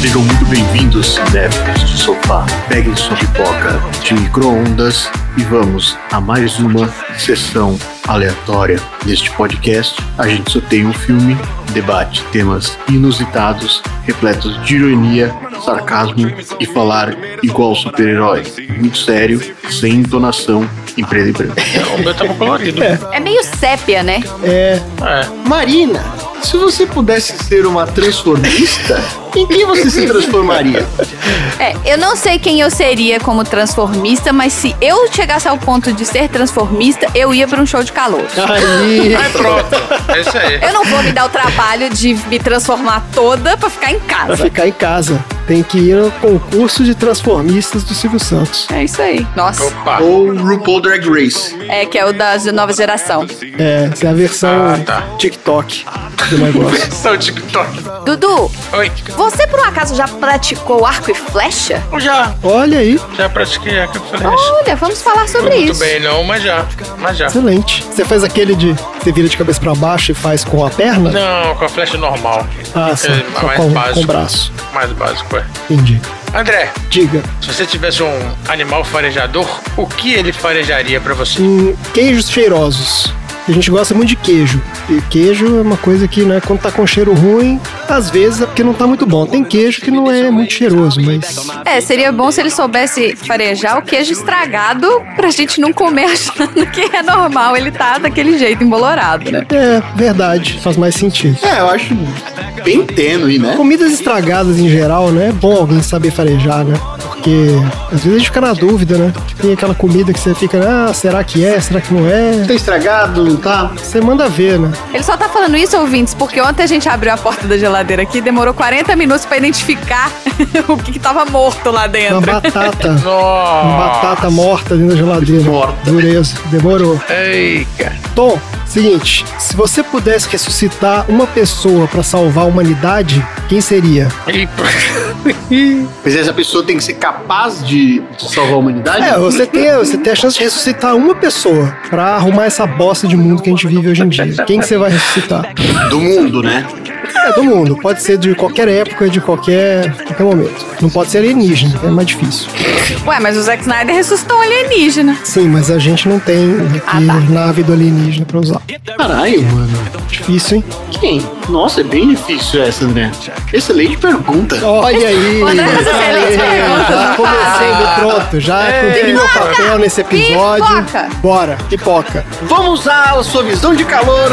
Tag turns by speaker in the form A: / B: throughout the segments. A: Sejam muito bem-vindos, cinéfilos de sofá. Peguem sua pipoca de micro-ondas e vamos a mais uma sessão aleatória. Neste podcast, a gente só tem um filme, debate temas inusitados, repletos de ironia, sarcasmo e falar igual super-herói. Muito sério, sem entonação, em preto e branco.
B: O meu tava colorido. É.
C: É meio sépia, né?
D: É. Marina, se você pudesse ser uma transformista, em quem você se transformaria?
C: É, eu não sei quem eu seria como transformista, mas se eu chegasse ao ponto de ser transformista, eu ia pra um show de calor.
D: Aí.
B: Aí pronto. É isso aí.
C: Eu não vou me dar o trabalho de me transformar toda pra ficar em
D: Pra
C: casa.
D: ficar em casa. Tem que ir no concurso de transformistas do Silvio Santos.
C: É isso aí. Nossa,
B: Opa.
A: Ou RuPaul Drag Race.
C: é que é o da nova geração.
D: É, essa é a versão
B: Ah, tá.
D: TikTok do negócio.
B: São TikTok.
C: Dudu,
B: Oi.
C: você por um acaso já praticou arco e flecha?
B: Eu já,
D: Olha aí,
B: já pratiquei é a capitulação.
C: Olha, vamos falar sobre
B: Muito
C: isso.
B: bem, não, mas já. Mas já.
D: excelente. Você faz aquele de você vira de cabeça pra baixo e faz com a perna?
B: Não, com a flecha normal.
D: Ah, sim.
B: É,
D: Só
B: mais
D: com, com
B: básico.
D: o braço.
B: Mais básico, é.
D: Entendi.
B: André,
D: Diga.
B: se você tivesse um animal farejador, o que ele farejaria pra você?
D: Hum, queijos cheirosos. A gente gosta muito de queijo. E queijo é uma coisa que, né, quando tá com cheiro ruim, às vezes é porque não tá muito bom. Tem queijo que não é muito cheiroso, mas.
C: É, seria bom se ele soubesse farejar o queijo estragado pra gente não comer achando que é normal ele tá daquele jeito embolorado, né?
D: É, verdade, faz mais sentido.
A: É, eu acho bem tênue, né?
D: Comidas estragadas em geral, né? É bom alguém saber farejar, né? Porque às vezes a gente fica na dúvida, né? Tem aquela comida que você fica, ah, será que é? Será que não é?
A: Tá estragado, não tá?
D: Você manda ver, né?
C: Ele só tá falando isso, ouvintes, porque ontem a gente abriu a porta da geladeira aqui, demorou 40 minutos pra identificar o que, que tava morto lá
D: Uma
C: dentro.
D: batata. Uma
B: Nossa.
D: batata morta dentro da geladeira.
A: Morta.
D: Dureza. Demorou.
B: Ei, cara.
D: Tom, seguinte, se você pudesse ressuscitar uma pessoa pra salvar a humanidade, quem seria?
B: Ei,
A: Mas essa pessoa tem que ser capaz de salvar a humanidade?
D: É, você tem, você tem a chance de ressuscitar uma pessoa pra arrumar essa bosta de mundo que a gente vive hoje em dia. Quem que você vai ressuscitar?
A: Do mundo, né?
D: É do mundo, pode ser de qualquer época, de qualquer, qualquer momento. Não pode ser alienígena, é mais difícil.
C: Ué, mas o Zack Snyder ressuscitou um alienígena.
D: Sim, mas a gente não tem
C: Ah, tá.
D: aqui nave do alienígena pra usar.
A: Caralho, mano.
D: Difícil, hein?
A: Quem? Nossa, é bem difícil essa, André. Excelente pergunta.
D: Olha aí!
C: O André faz excelentes perguntas,
D: Já
C: não
D: comecei
C: faz?
D: do pronto, já cumpri meu papel nesse episódio.
C: Pipoca!
D: Bora, pipoca.
A: Vamos à sua visão de calor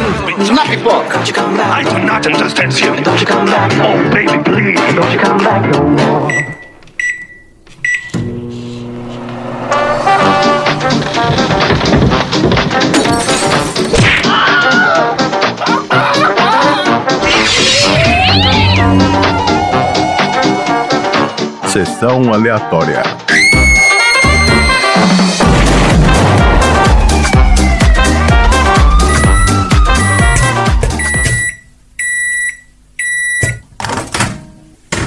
A: na pipoca.
E: I do not understand you. Don't you come back. Oh, baby, please. Don't you come back no more.
F: Sessão aleatória.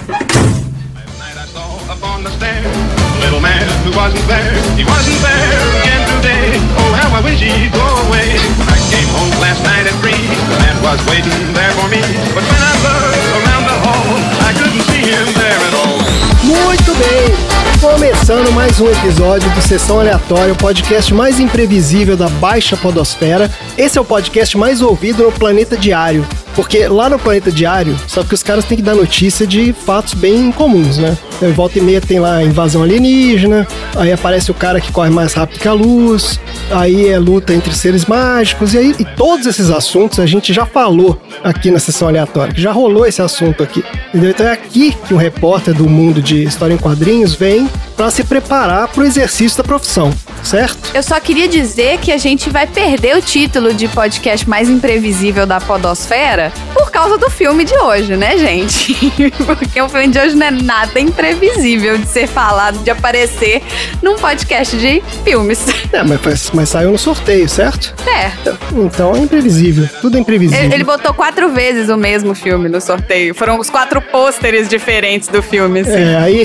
E: Night I saw up on the stairs a little man who wasn't there. He wasn't there again today. Oh, how I wish he'd go away. When I came home last night at three, the man was waiting there for me. But when I looked around the hall, I couldn't see him there at all.
D: Muito bem! Começando mais um episódio do Sessão Aleatória, o podcast mais imprevisível da Baixa Podosfera. Esse é o podcast mais ouvido no Planeta Diário. Porque lá no Planeta Diário, sabe que os caras têm que dar notícia de fatos bem comuns, né? Então, volta e meia tem lá invasão alienígena, aí aparece o cara que corre mais rápido que a luz, aí é luta entre seres mágicos, e aí e todos esses assuntos a gente já falou aqui na sessão aleatória, que já rolou esse assunto aqui. Entendeu? Então é aqui que o repórter do mundo de história em quadrinhos vem para se preparar para o exercício da profissão, certo?
C: Eu só queria dizer que a gente vai perder o título de podcast mais imprevisível da Podosfera por causa do filme de hoje, né, gente? Porque o filme de hoje não é nada imprevisível de ser falado, de aparecer num podcast de filmes.
D: É, mas, faz- mas saiu no sorteio, certo?
C: É.
D: Então é imprevisível, tudo é imprevisível.
C: Ele, ele botou quatro vezes o mesmo filme no sorteio. Foram os quatro pôsteres diferentes do filme, assim.
D: É, aí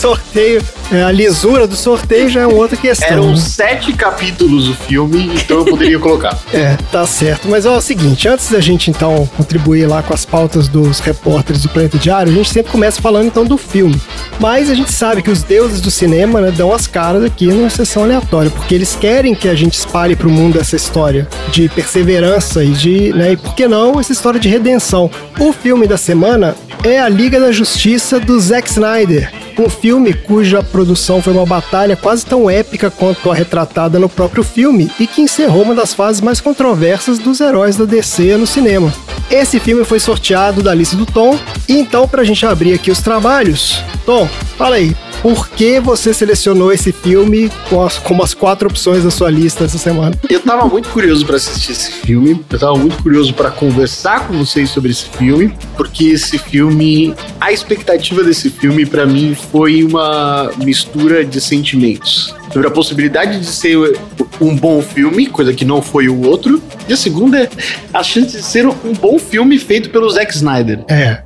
D: sorteio É, a lisura do sorteio já é uma outra questão.
A: Eram
D: né?
A: sete capítulos do filme, então eu poderia colocar.
D: É, tá certo. Mas ó, é o seguinte, antes da gente então contribuir lá com as pautas dos repórteres do Planeta Diário, a gente sempre começa falando então do filme. Mas a gente sabe que os deuses do cinema né, dão as caras aqui numa sessão aleatória, porque eles querem que a gente espalhe pro mundo essa história de perseverança e de, né, e por que não essa história de redenção. O filme da semana é a Liga da Justiça do Zack Snyder. Um filme cuja produção foi uma batalha quase tão épica quanto a retratada no próprio filme e que encerrou uma das fases mais controversas dos heróis da DC no cinema. Esse filme foi sorteado da lista do Tom, e então pra gente abrir aqui os trabalhos, Tom, fala aí, por que você selecionou esse filme com as, como as quatro opções da sua lista essa semana?
A: Eu tava muito curioso pra assistir esse filme, eu tava muito curioso pra conversar com vocês sobre esse filme, porque esse filme, a expectativa desse filme pra mim foi uma mistura de sentimentos. Sobre a possibilidade de ser um bom filme, coisa que não foi o outro, e a segunda é a chance de ser um bom filme feito pelo Zack Snyder.
D: É.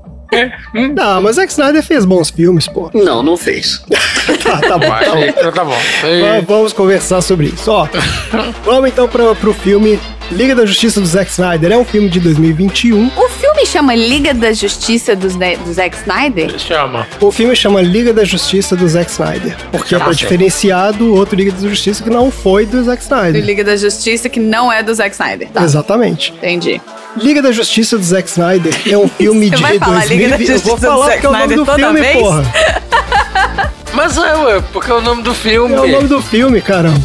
D: Não, mas Zack Snyder fez bons filmes, pô.
A: Não, não fez.
D: Tá, tá bom,
B: Mas
D: tá bom.
B: então tá bom.
D: Va-
B: E-
D: Vamos conversar sobre isso. Ó, vamos então pra, pro filme Liga da Justiça do Zack Snyder. É um filme de 2021.
C: O filme chama Liga da Justiça dos Ne- do Zack Snyder?
B: Chama.
D: O filme chama Liga da Justiça do Zack Snyder. Porque é pra
B: Nossa.
D: diferenciar do outro Liga da Justiça que não foi do Zack
C: Do
D: Snyder.
C: Liga da Justiça que não é do Zack Snyder. Tá,
D: Exatamente.
C: entendi.
D: Liga da Justiça do Zack Snyder é um filme
C: Você
D: de
C: vai falar
D: 2020.
C: Liga da
D: Eu vou
G: Justiça do
D: falar
G: Zack
D: porque é o nome
G: Snyder
D: do
G: toda
D: filme,
G: vez?
D: porra.
B: Mas é, ué, porque é o nome do filme.
D: É o nome do filme, caramba.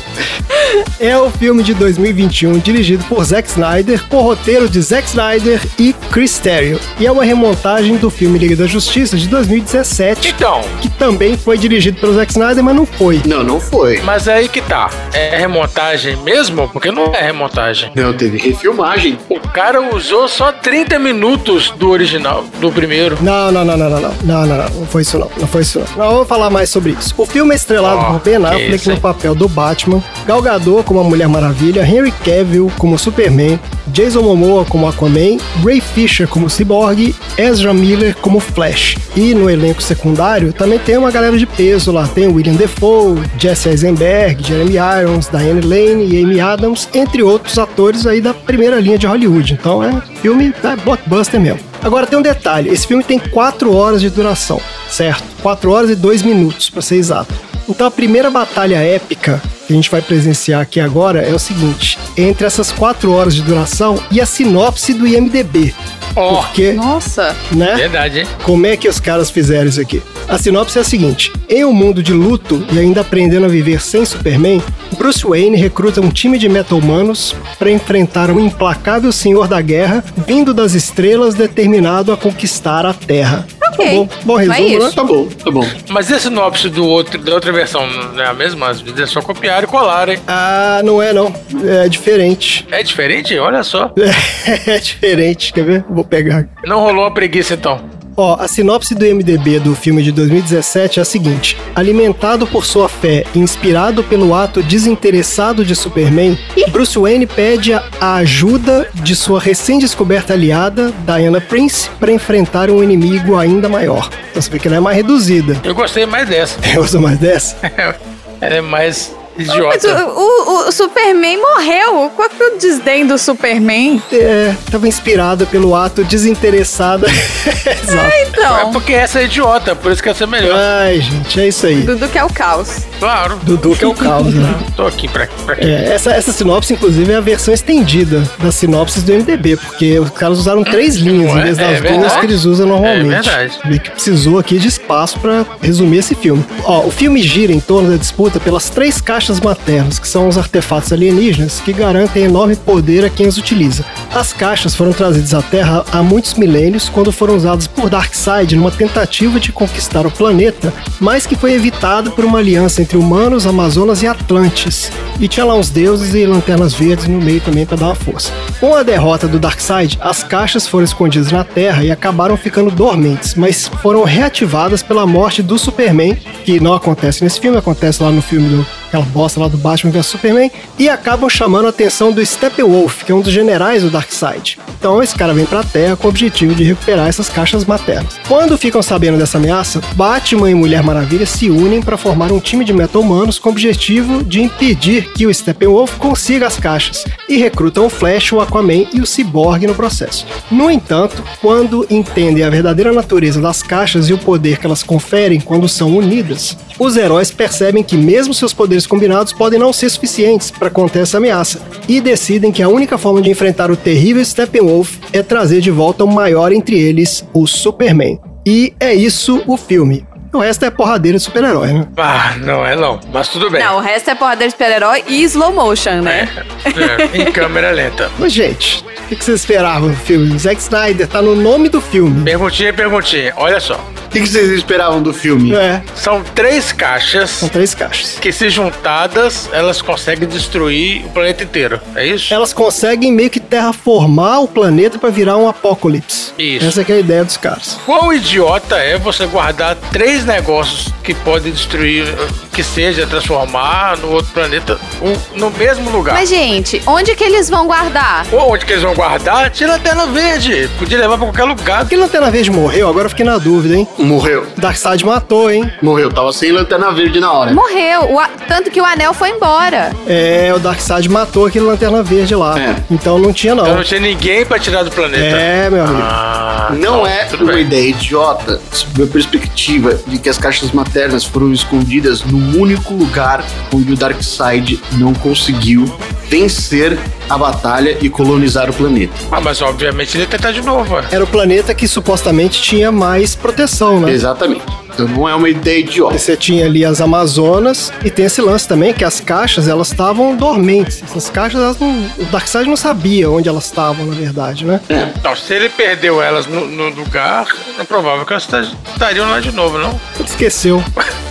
D: É o filme de 2021, dirigido por Zack Snyder, com roteiro de Zack Snyder e Chris Terrio. E é uma remontagem do filme Liga da Justiça de 2017,
B: Então,
D: que também foi dirigido pelo Zack Snyder, mas não foi.
A: Não, não foi.
B: mas aí que tá. É remontagem mesmo? Porque não é remontagem.
A: Não, teve refilmagem.
B: O cara usou só 30 minutos do original, do primeiro.
D: Não, não, não, não, não, não, não, não, não, não foi isso não, não foi isso não. Não, vamos falar mais sobre isso. O filme é estrelado
B: Ó,
D: por Ben
B: que
D: Affleck
B: isso,
D: no
B: hein?
D: papel do Batman, Gal Gadot como a Mulher Maravilha, Henry Cavill como Superman, Jason Momoa como Aquaman, Ray Fisher como Cyborg, Ezra Miller como Flash. E no elenco secundário também tem uma galera de peso lá, tem William Defoe, Jesse Eisenberg, Jeremy Irons, Diane Lane e Amy Adams, entre outros atores aí da primeira linha de Hollywood. Então é filme é blockbuster mesmo. Agora tem um detalhe, esse filme tem 4 horas de duração, certo? 4 horas e 2 minutos, pra ser exato. Então a primeira batalha épica que a gente vai presenciar aqui agora é o seguinte: entre essas 4 horas de duração e a sinopse do IMDB.
B: Ó,
D: Porque,
C: Nossa.
D: né?
B: verdade, hein?
D: Como é que os caras fizeram isso aqui? A sinopse é a seguinte: em um mundo de luto e ainda aprendendo a viver sem Superman, Bruce Wayne recruta um time de meta-humanos para enfrentar um implacável senhor da guerra vindo das estrelas determinado a conquistar a Terra.
C: Ok.
D: Tá bom, bom
C: Não é
D: resumo,
C: isso.
D: né?
A: Tá bom, tá bom.
B: Mas esse sinopse do outro, da outra versão não é a mesma? Às vezes é só copiar e colar, hein?
D: Ah, não é não. É diferente.
B: É diferente? Olha só.
D: É diferente, quer ver? Vou pegar.
B: Não rolou a preguiça, então.
D: Ó, a sinopse do MDB do filme de 2017 é a seguinte: Alimentado por sua fé e inspirado pelo ato desinteressado de Superman, Bruce Wayne pede a a ajuda de sua recém-descoberta aliada, Diana Prince, para enfrentar um inimigo ainda maior. Então você vê que ela é mais reduzida.
B: Eu gostei mais dessa.
D: Usa mais dessa?
B: Ela é mais
C: Mas uh,
B: idiota.
C: o, o- o Superman morreu. Qual que é o desdém do Superman?
D: É, tava inspirada pelo ato desinteressada. Exato.
B: É
C: Então,
B: porque essa é idiota, por isso que essa é melhor.
D: Ai, gente, é isso aí.
C: Dudu que é o caos.
B: Claro.
D: Dudu que é o caos, né?
B: Tô aqui pra, pra quê?
D: É, essa, essa sinopse, inclusive, é a versão estendida das sinopses do MDB, porque os caras usaram três linhas em
B: Ué,
D: vez das
B: é
D: duas
B: verdade.
D: que eles usam normalmente.
B: É verdade.
D: Meio que precisou aqui de espaço pra resumir esse filme. Ó, o filme gira em torno da disputa pelas três caixas maternas, que são os artefatos alienígenas que garantem enorme poder a quem os utiliza. As caixas foram trazidas à Terra há muitos milênios, quando foram usadas por Darkseid numa tentativa de conquistar o planeta, mas que foi evitado por uma aliança entre humanos, amazonas e atlantes. E tinha lá uns deuses e lanternas verdes no meio também pra dar uma força. Com a derrota do Darkseid, as caixas foram escondidas na Terra e acabaram ficando dormentes, mas foram reativadas pela morte do Superman, que não acontece nesse filme, acontece lá no filme do aquela bosta lá do Batman vs Superman, e acabam chamando a atenção do Steppenwolf, que é um dos generais do Darkseid. Então esse cara vem pra Terra com o objetivo de recuperar essas caixas maternas. Quando ficam sabendo dessa ameaça, Batman e Mulher Maravilha se unem para formar um time de meta-humanos com o objetivo de impedir que o Steppenwolf consiga as caixas, e recrutam o Flash, o Aquaman e o Cyborg no processo. No entanto, quando entendem a verdadeira natureza das caixas e o poder que elas conferem quando são unidas, os heróis percebem que mesmo seus poderes combinados podem não ser suficientes para conter essa ameaça e decidem que a única forma de enfrentar o terrível Steppenwolf é trazer de volta o maior entre eles, o Superman. E é isso o filme. O resto é porradeira de super-herói, né?
B: Ah, não é não. Mas tudo bem.
C: Não, o resto é porrada de super-herói e slow motion,
B: É,
C: né?
B: é, em câmera lenta.
D: Mas, gente, o que que vocês esperavam do filme? Zack Snyder tá no nome do filme.
B: Perguntinha, perguntinha. Olha só.
H: O que que vocês esperavam do filme?
D: É,
B: São três caixas
D: são três caixas.
B: que, se juntadas, elas conseguem destruir o planeta inteiro. É isso?
D: Elas conseguem meio que terraformar o planeta pra virar um apocalipse.
B: Isso.
D: Essa que é a ideia dos caras.
B: Quão idiota é você guardar três negócios que podem destruir, que seja transformar no outro planeta, um- no mesmo lugar?
C: Mas, gente, onde que eles vão guardar?
B: Ou onde que eles vão guardar? Tira a tela verde. Podia levar pra qualquer lugar.
D: Aquele Lanterna Verde morreu? Agora eu fiquei na dúvida, hein?
H: Morreu.
D: Darkseid matou, hein?
H: Morreu. Tava sem lanterna verde na hora.
C: Morreu. o a- Tanto que o anel foi embora.
D: É, o Darkseid matou aquele Lanterna Verde lá.
H: É.
D: Então não tinha, não.
B: Então não tinha ninguém pra tirar do planeta.
D: É, meu amigo.
B: Ah,
H: Não
B: tá,
H: é
B: tudo
H: uma
B: bem.
H: ideia idiota, sob a perspectiva de que as caixas maternas foram escondidas no único lugar onde o Darkseid não conseguiu vencer a batalha e colonizar o planeta.
B: Ah, mas obviamente ele ia tentar de novo. ué.
D: Era o planeta que supostamente tinha mais proteção, né?
H: Exatamente. Então não é uma ideia idiota.
D: Você tinha ali as Amazonas e tem esse lance também que as caixas elas estavam dormentes. Essas caixas elas não, o Darkseid não sabia onde elas estavam na verdade, né?
B: Não, se ele perdeu elas no, no lugar, é provável que elas esta- estariam lá de novo, não?
D: Ele esqueceu.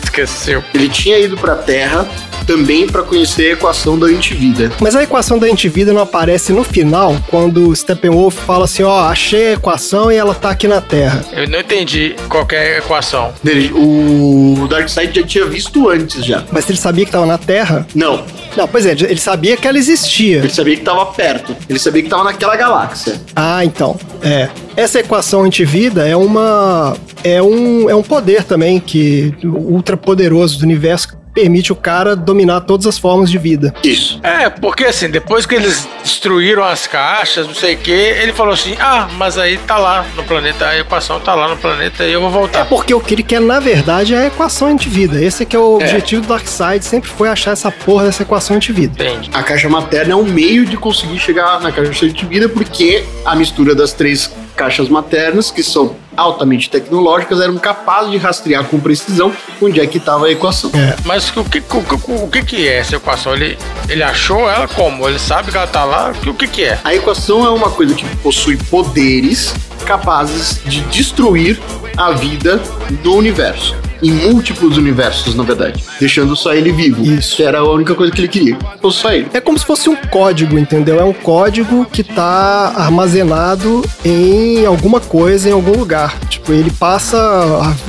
B: Esqueceu.
H: Ele tinha ido pra Terra também para conhecer a equação da antivida.
D: Mas a equação da antivida não aparece no final quando o Steppenwolf fala assim, ó, achei a equação e ela tá aqui na Terra.
B: Eu não entendi qualquer equação.
H: Ele- O Darkseid já tinha visto antes já.
D: Mas ele sabia que tava na Terra?
H: Não,
D: Não, pois é, ele sabia que ela existia.
H: ele sabia que tava perto. Ele sabia que tava naquela galáxia.
D: Ah, então. É. Essa equação antivida é uma. É um, é um poder também que ultra poderoso do universo que permite o cara dominar todas as formas de vida.
H: Isso.
B: É, porque assim, depois que eles destruíram as caixas, não sei o que, ele falou assim: ah, mas aí tá lá no planeta, a equação tá lá no planeta e eu vou
D: É
B: voltar.
D: porque o que ele quer, na verdade, é a equação antivida. Esse é que é o objetivo do Darkseid, sempre foi achar essa porra dessa equação antivida.
B: Entendi.
H: A caixa materna é um meio de conseguir chegar na caixa de vida, porque a mistura das três caixas maternas, que são altamente tecnológicas, eram capazes de rastrear com precisão onde é que estava a equação.
B: Mas o que, o, que- o que que é essa equação? Ele, ele achou ela como? Ele sabe que ela tá lá? O que que é?
H: A equação é uma coisa que possui poderes capazes de destruir a vida do universo. Em múltiplos universos, na verdade. Deixando só ele vivo.
D: Isso.
H: Que era a única coisa que ele queria. Ou só ele.
D: É como se fosse um código, entendeu? É um código que tá armazenado em alguma coisa, em algum lugar. Tipo, ele passa.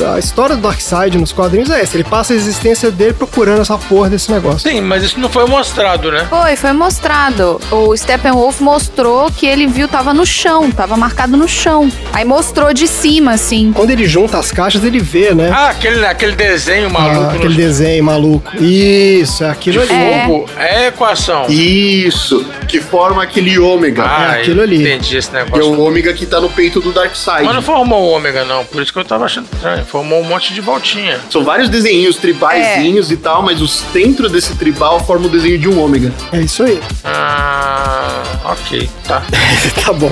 D: A, a história do Darkseid nos quadrinhos é essa. Ele passa a existência dele procurando essa porra desse negócio.
B: Sim, mas isso não foi mostrado, né?
C: Foi, foi mostrado. O Steppenwolf mostrou que ele viu, tava no chão, tava marcado no chão. Aí mostrou de cima, assim.
D: Quando ele junta as caixas, ele vê, né?
B: Ah, aquele, aquele desenho maluco
D: Ah,
B: no
D: aquele desenho maluco. Isso, é aquilo ali.
C: É.
B: fogo é equação.
H: Isso. Que forma aquele ômega.
B: Ah,
D: é aquilo ali.
B: Entendi esse
H: Que é
B: negócio.
H: o ômega que tá no peito do Darkseid.
B: Mas não formou o ômega, não. Por isso que eu tava achando estranho. Formou um monte de voltinha.
H: São vários desenhinhos tribaizinhos e tal, mas o centro desse tribal forma o desenho de um ômega.
D: É isso aí.
B: Ah, ok, tá.
D: tá bom.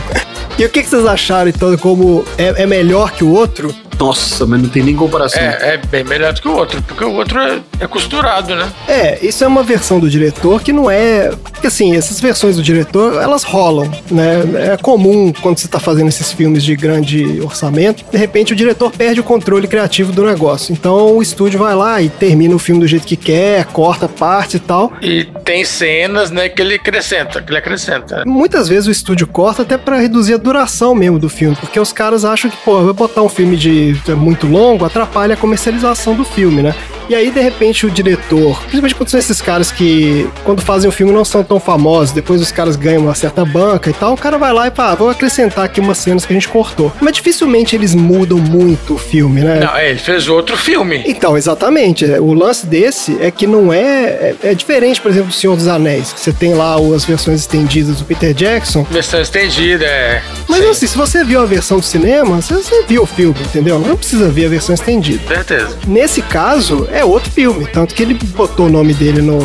D: E o que, que vocês acharam, então, como é, é melhor que o outro?
H: Nossa, mas não tem nem comparação.
B: É, é bem melhor do que o outro, porque o outro é, é costurado, né?
D: É, isso é uma versão do diretor que não é. Porque assim, essas versões do diretor, elas rolam, né? É comum quando você tá fazendo esses filmes de grande orçamento, de repente o diretor perde o controle criativo do negócio. Então o estúdio vai lá e termina o filme do jeito que quer, corta parte e tal.
B: E tem cenas, né, que ele acrescenta, que ele acrescenta.
D: Muitas vezes o estúdio corta até pra reduzir a duração mesmo do filme, porque os caras acham que, pô, vai botar um filme de é muito longo atrapalha a comercialização do filme, né? E aí, de repente, o diretor, principalmente quando são esses caras que, quando fazem o filme, não são tão famosos, depois os caras ganham uma certa banca e tal, o cara vai lá e fala, "Ah, vou acrescentar aqui umas cenas que a gente cortou. Mas dificilmente eles mudam muito o filme, né?
B: Não, é, ele fez outro filme.
D: Então, exatamente. é, O lance desse é que não é, é. é diferente, por exemplo, do Senhor dos Anéis. que Você tem lá as versões estendidas do Peter Jackson.
B: Versão estendida, é.
D: Mas
B: Sim,
D: assim, se você viu a versão do cinema, você, você viu o filme, entendeu? Não precisa ver a versão estendida.
B: certeza.
D: Nesse caso, é outro filme. Tanto que ele botou o nome dele no,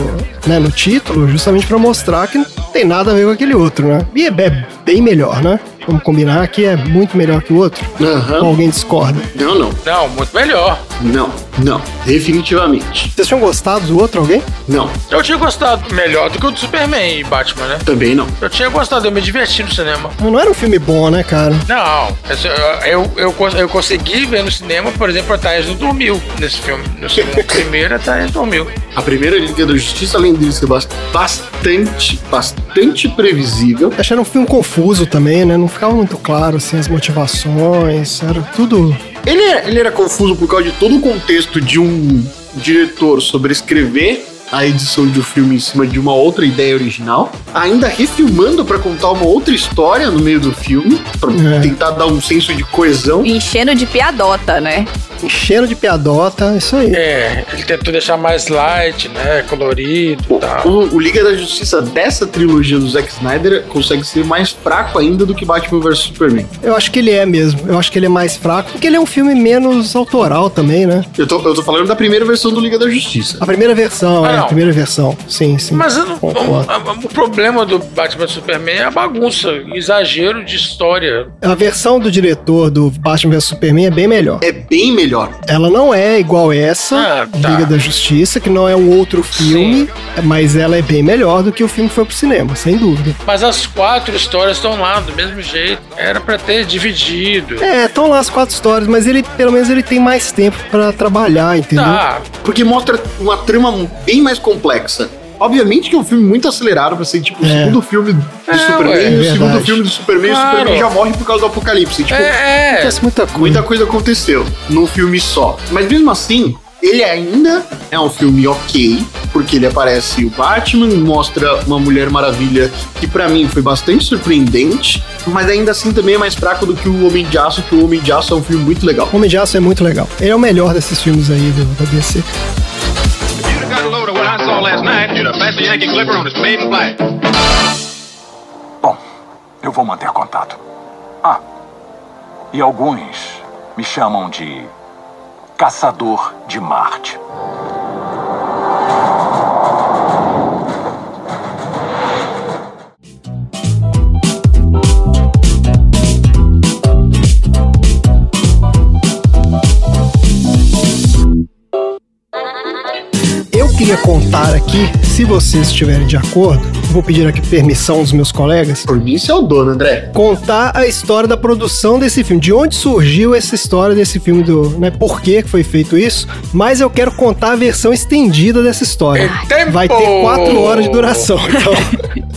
D: né, no título, justamente pra mostrar que não tem nada a ver com aquele outro, né? E é be- bem melhor, né? Vamos combinar que é muito melhor que o outro.
H: Aham.
D: Ou alguém discorda.
H: Não, não,
B: Não, muito melhor.
H: não, não. então. Definitivamente.
D: Vocês tinham gostado do outro, alguém?
H: Não,
B: Eu tinha gostado melhor do que o do Superman e Batman, né?
H: também não.
B: Eu tinha gostado, eu me diverti no cinema.
D: Não era um filme bom, né, cara?
B: Não, essa- eu, eu, cons- eu consegui ver no cinema, por exemplo, a Thaís não dormiu nesse filme. No segundo- primeiro, a Thaís dormiu.
H: A primeira Liga da Justiça, além de ser bas- bastante, bastante previsível,
D: Acharam um filme confuso também, né? Não ficava muito claro, assim, as motivações. Era tudo.
H: Ele era, ele era confuso por causa de todo o contexto de um diretor sobre escrever a edição de um filme em cima de uma outra ideia original, ainda refilmando pra contar uma outra história no meio do filme, pra
D: É.
H: tentar dar um senso de coesão.
C: Enchendo de piadota, né?
D: Enchendo de piadota, isso aí.
B: É, ele tentou deixar mais light, né? Colorido e tal.
H: O, o Liga da Justiça dessa trilogia do Zack Snyder consegue ser mais fraco ainda do que Batman vs Superman.
D: Eu acho que ele é mesmo. Eu acho que ele é mais fraco, porque ele é um filme menos autoral também, né?
H: Eu tô, eu tô falando da primeira versão do Liga da Justiça.
D: A primeira versão,
B: Ah,
D: é. A
B: não.
D: primeira versão. Sim, sim.
B: Mas eu não-
D: Concordo.
B: a- a- o problema do Batman e Superman é a bagunça, exagero de história.
D: A versão do diretor do Batman vs Superman é bem melhor.
H: É bem melhor.
D: Ela não é igual essa,
B: Ah, tá.
D: Liga da Justiça, que não é um outro filme, mas ela é bem melhor do que o filme que foi pro cinema, sem dúvida.
B: Mas as quatro histórias estão lá do mesmo jeito. Era pra ter dividido.
D: É, estão lá as quatro histórias, mas ele, pelo menos, ele tem mais tempo pra trabalhar, entendeu?
B: Tá,
H: Porque mostra uma trama bem mais complexa. Obviamente que é um filme muito acelerado pra ser tipo o
D: É.
H: segundo filme do
B: É,
H: Superman e
B: ué.
H: o
D: É
H: segundo
D: verdade.
H: filme do Superman e o
B: Claro.
H: Superman já morre por causa do apocalipse. Tipo,
B: é, é.
D: Acontece muita coisa.
H: muita coisa aconteceu num filme só. Mas mesmo assim, ele ainda é um filme ok, porque ele aparece o Batman, mostra uma Mulher Maravilha que pra mim foi bastante surpreendente, mas ainda assim também é mais fraco do que o Homem de Aço, que o Homem de Aço é um filme muito legal.
D: Homem de Aço é muito legal. Ele é o melhor desses filmes aí do, da DC.
E: You'd have got a load of what I saw last night. You'd have passed the Yankee Clipper on his maiden flight.
G: Bom, eu vou manter contato. Ah, e alguns me chamam de Caçador de Marte.
D: Eu queria contar aqui, se vocês estiverem de acordo, eu vou pedir aqui permissão dos meus colegas,
H: Por mim, isso é o dono, André.
D: contar a história da produção desse filme, de onde surgiu essa história desse filme, do, né, por que que foi feito isso, mas eu quero contar a versão estendida dessa história.
B: É tempo!
D: Vai ter quatro horas de duração, então...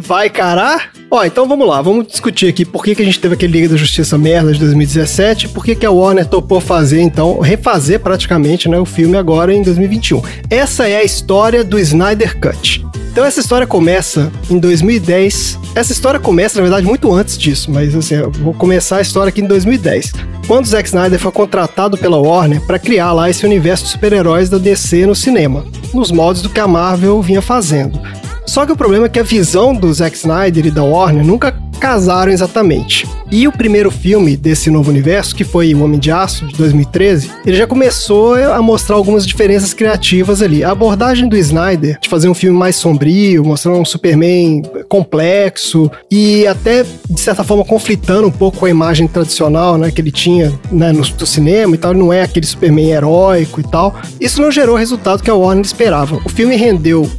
D: Vai encarar? Ó, então vamos lá, vamos discutir aqui por que, que a gente teve aquele Liga da Justiça merda de 2017, por que, que a Warner topou fazer, então, refazer praticamente né, o filme agora em 2021. Essa é a história do Snyder Cut. Então essa história começa em 2010. Essa história começa, na verdade, muito antes disso, mas assim, eu vou começar a história aqui em 2010. Quando o Zack Snyder foi contratado pela Warner para criar lá esse universo de super-heróis da DC no cinema, nos moldes do que a Marvel vinha fazendo. Só que o problema é que a visão do Zack Snyder e da Warner nunca casaram exatamente. E o primeiro filme desse novo universo, que foi O Homem de Aço, de 2013, ele já começou a mostrar algumas diferenças criativas ali. A abordagem do Snyder de fazer um filme mais sombrio, mostrando um Superman complexo e até, de certa forma, conflitando um pouco com a imagem tradicional né, que ele tinha né, no, do cinema e tal, ele não é aquele Superman heróico e tal. Isso não gerou o resultado que a Warner esperava. O filme rendeu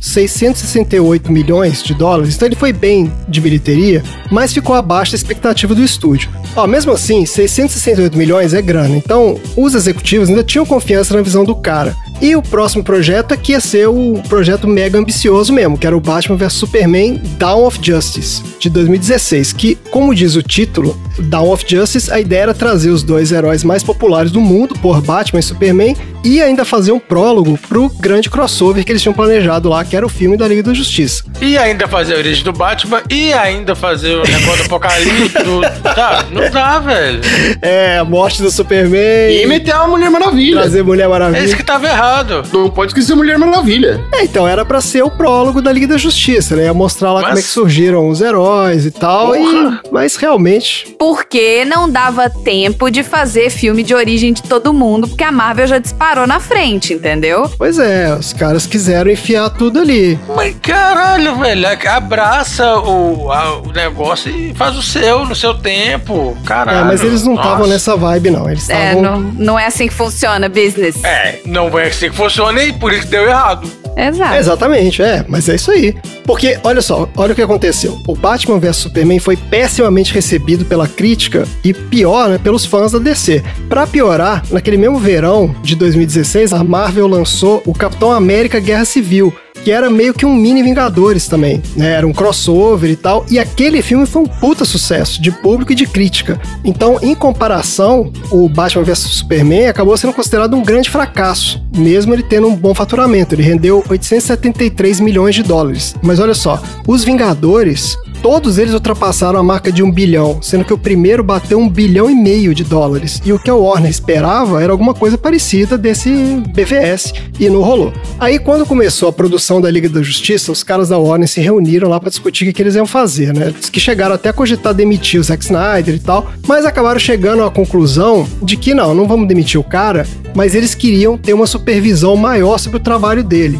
D: 668 milhões de dólares, então ele foi bem de bilheteria, mas ficou abaixo da expectativa do estúdio. Ó, mesmo assim, 668 milhões é grana, então os executivos ainda tinham confiança na visão do cara. E o próximo projeto aqui ia ser o projeto mega ambicioso mesmo, que era o Batman vs Superman Dawn of Justice, de 2016, que, como diz o título, Dawn of Justice, a ideia era trazer os dois heróis mais populares do mundo, por Batman e Superman, e ainda fazer um prólogo pro grande crossover que eles tinham planejado lá, que era o filme da Liga da Justiça.
B: E ainda fazer a origem do Batman e ainda fazer o negócio do apocalipse. Do... Tá, não dá, velho.
D: É, a morte do Superman,
H: E meter uma Mulher Maravilha.
D: trazer Mulher
B: É
D: Maravilha.
B: isso que tava errado.
H: Não pode esquecer Mulher Maravilha.
D: É, então era pra ser o prólogo da Liga da Justiça, né? Ia mostrar lá
B: Mas-
D: como é que surgiram os heróis e tal. E, mas realmente.
C: Porque não dava tempo de fazer filme de origem de todo mundo, porque a Marvel já disparou na frente, entendeu?
D: Pois é, os caras quiseram enfiar tudo ali.
B: Mas caralho, velho. Abraça o, a- o negócio e faz o seu, no seu tempo. Caralho.
D: é, mas eles não estavam
B: Nossa.
D: nessa vibe, não. Eles
C: É,
D: estavam.
C: não, não é assim que funciona business.
B: É, não é assim que funciona e por isso que deu errado.
C: Exato.
D: É, Exatamente, é, mas é isso aí. Porque, olha só, olha o que aconteceu. O Batman vs Superman foi pessimamente recebido pela crítica e pior, né, pelos fãs da DC. Pra piorar, naquele mesmo verão de 2016, a Marvel lançou o Capitão América Guerra Civil, que era meio que um mini Vingadores também, né? Era um crossover e tal. E aquele filme foi um puta sucesso de público e de crítica. Então, em comparação, o Batman vs Superman acabou sendo considerado um grande fracasso, mesmo ele tendo um bom faturamento. Ele rendeu 873 milhões de dólares. Mas olha só, os Vingadores, todos eles ultrapassaram a marca de um bilhão, sendo que o primeiro bateu um bilhão e meio de dólares. E o que a Warner esperava era alguma coisa parecida desse BVS, e não rolou. Aí, quando começou a produção da Liga da Justiça, os caras da Warner se reuniram lá pra discutir o que, que eles iam fazer, né? Diz que chegaram até a cogitar demitir o Zack Snyder e tal, mas acabaram chegando à conclusão de que não, não vamos demitir o cara, mas eles queriam ter uma supervisão maior sobre o trabalho dele.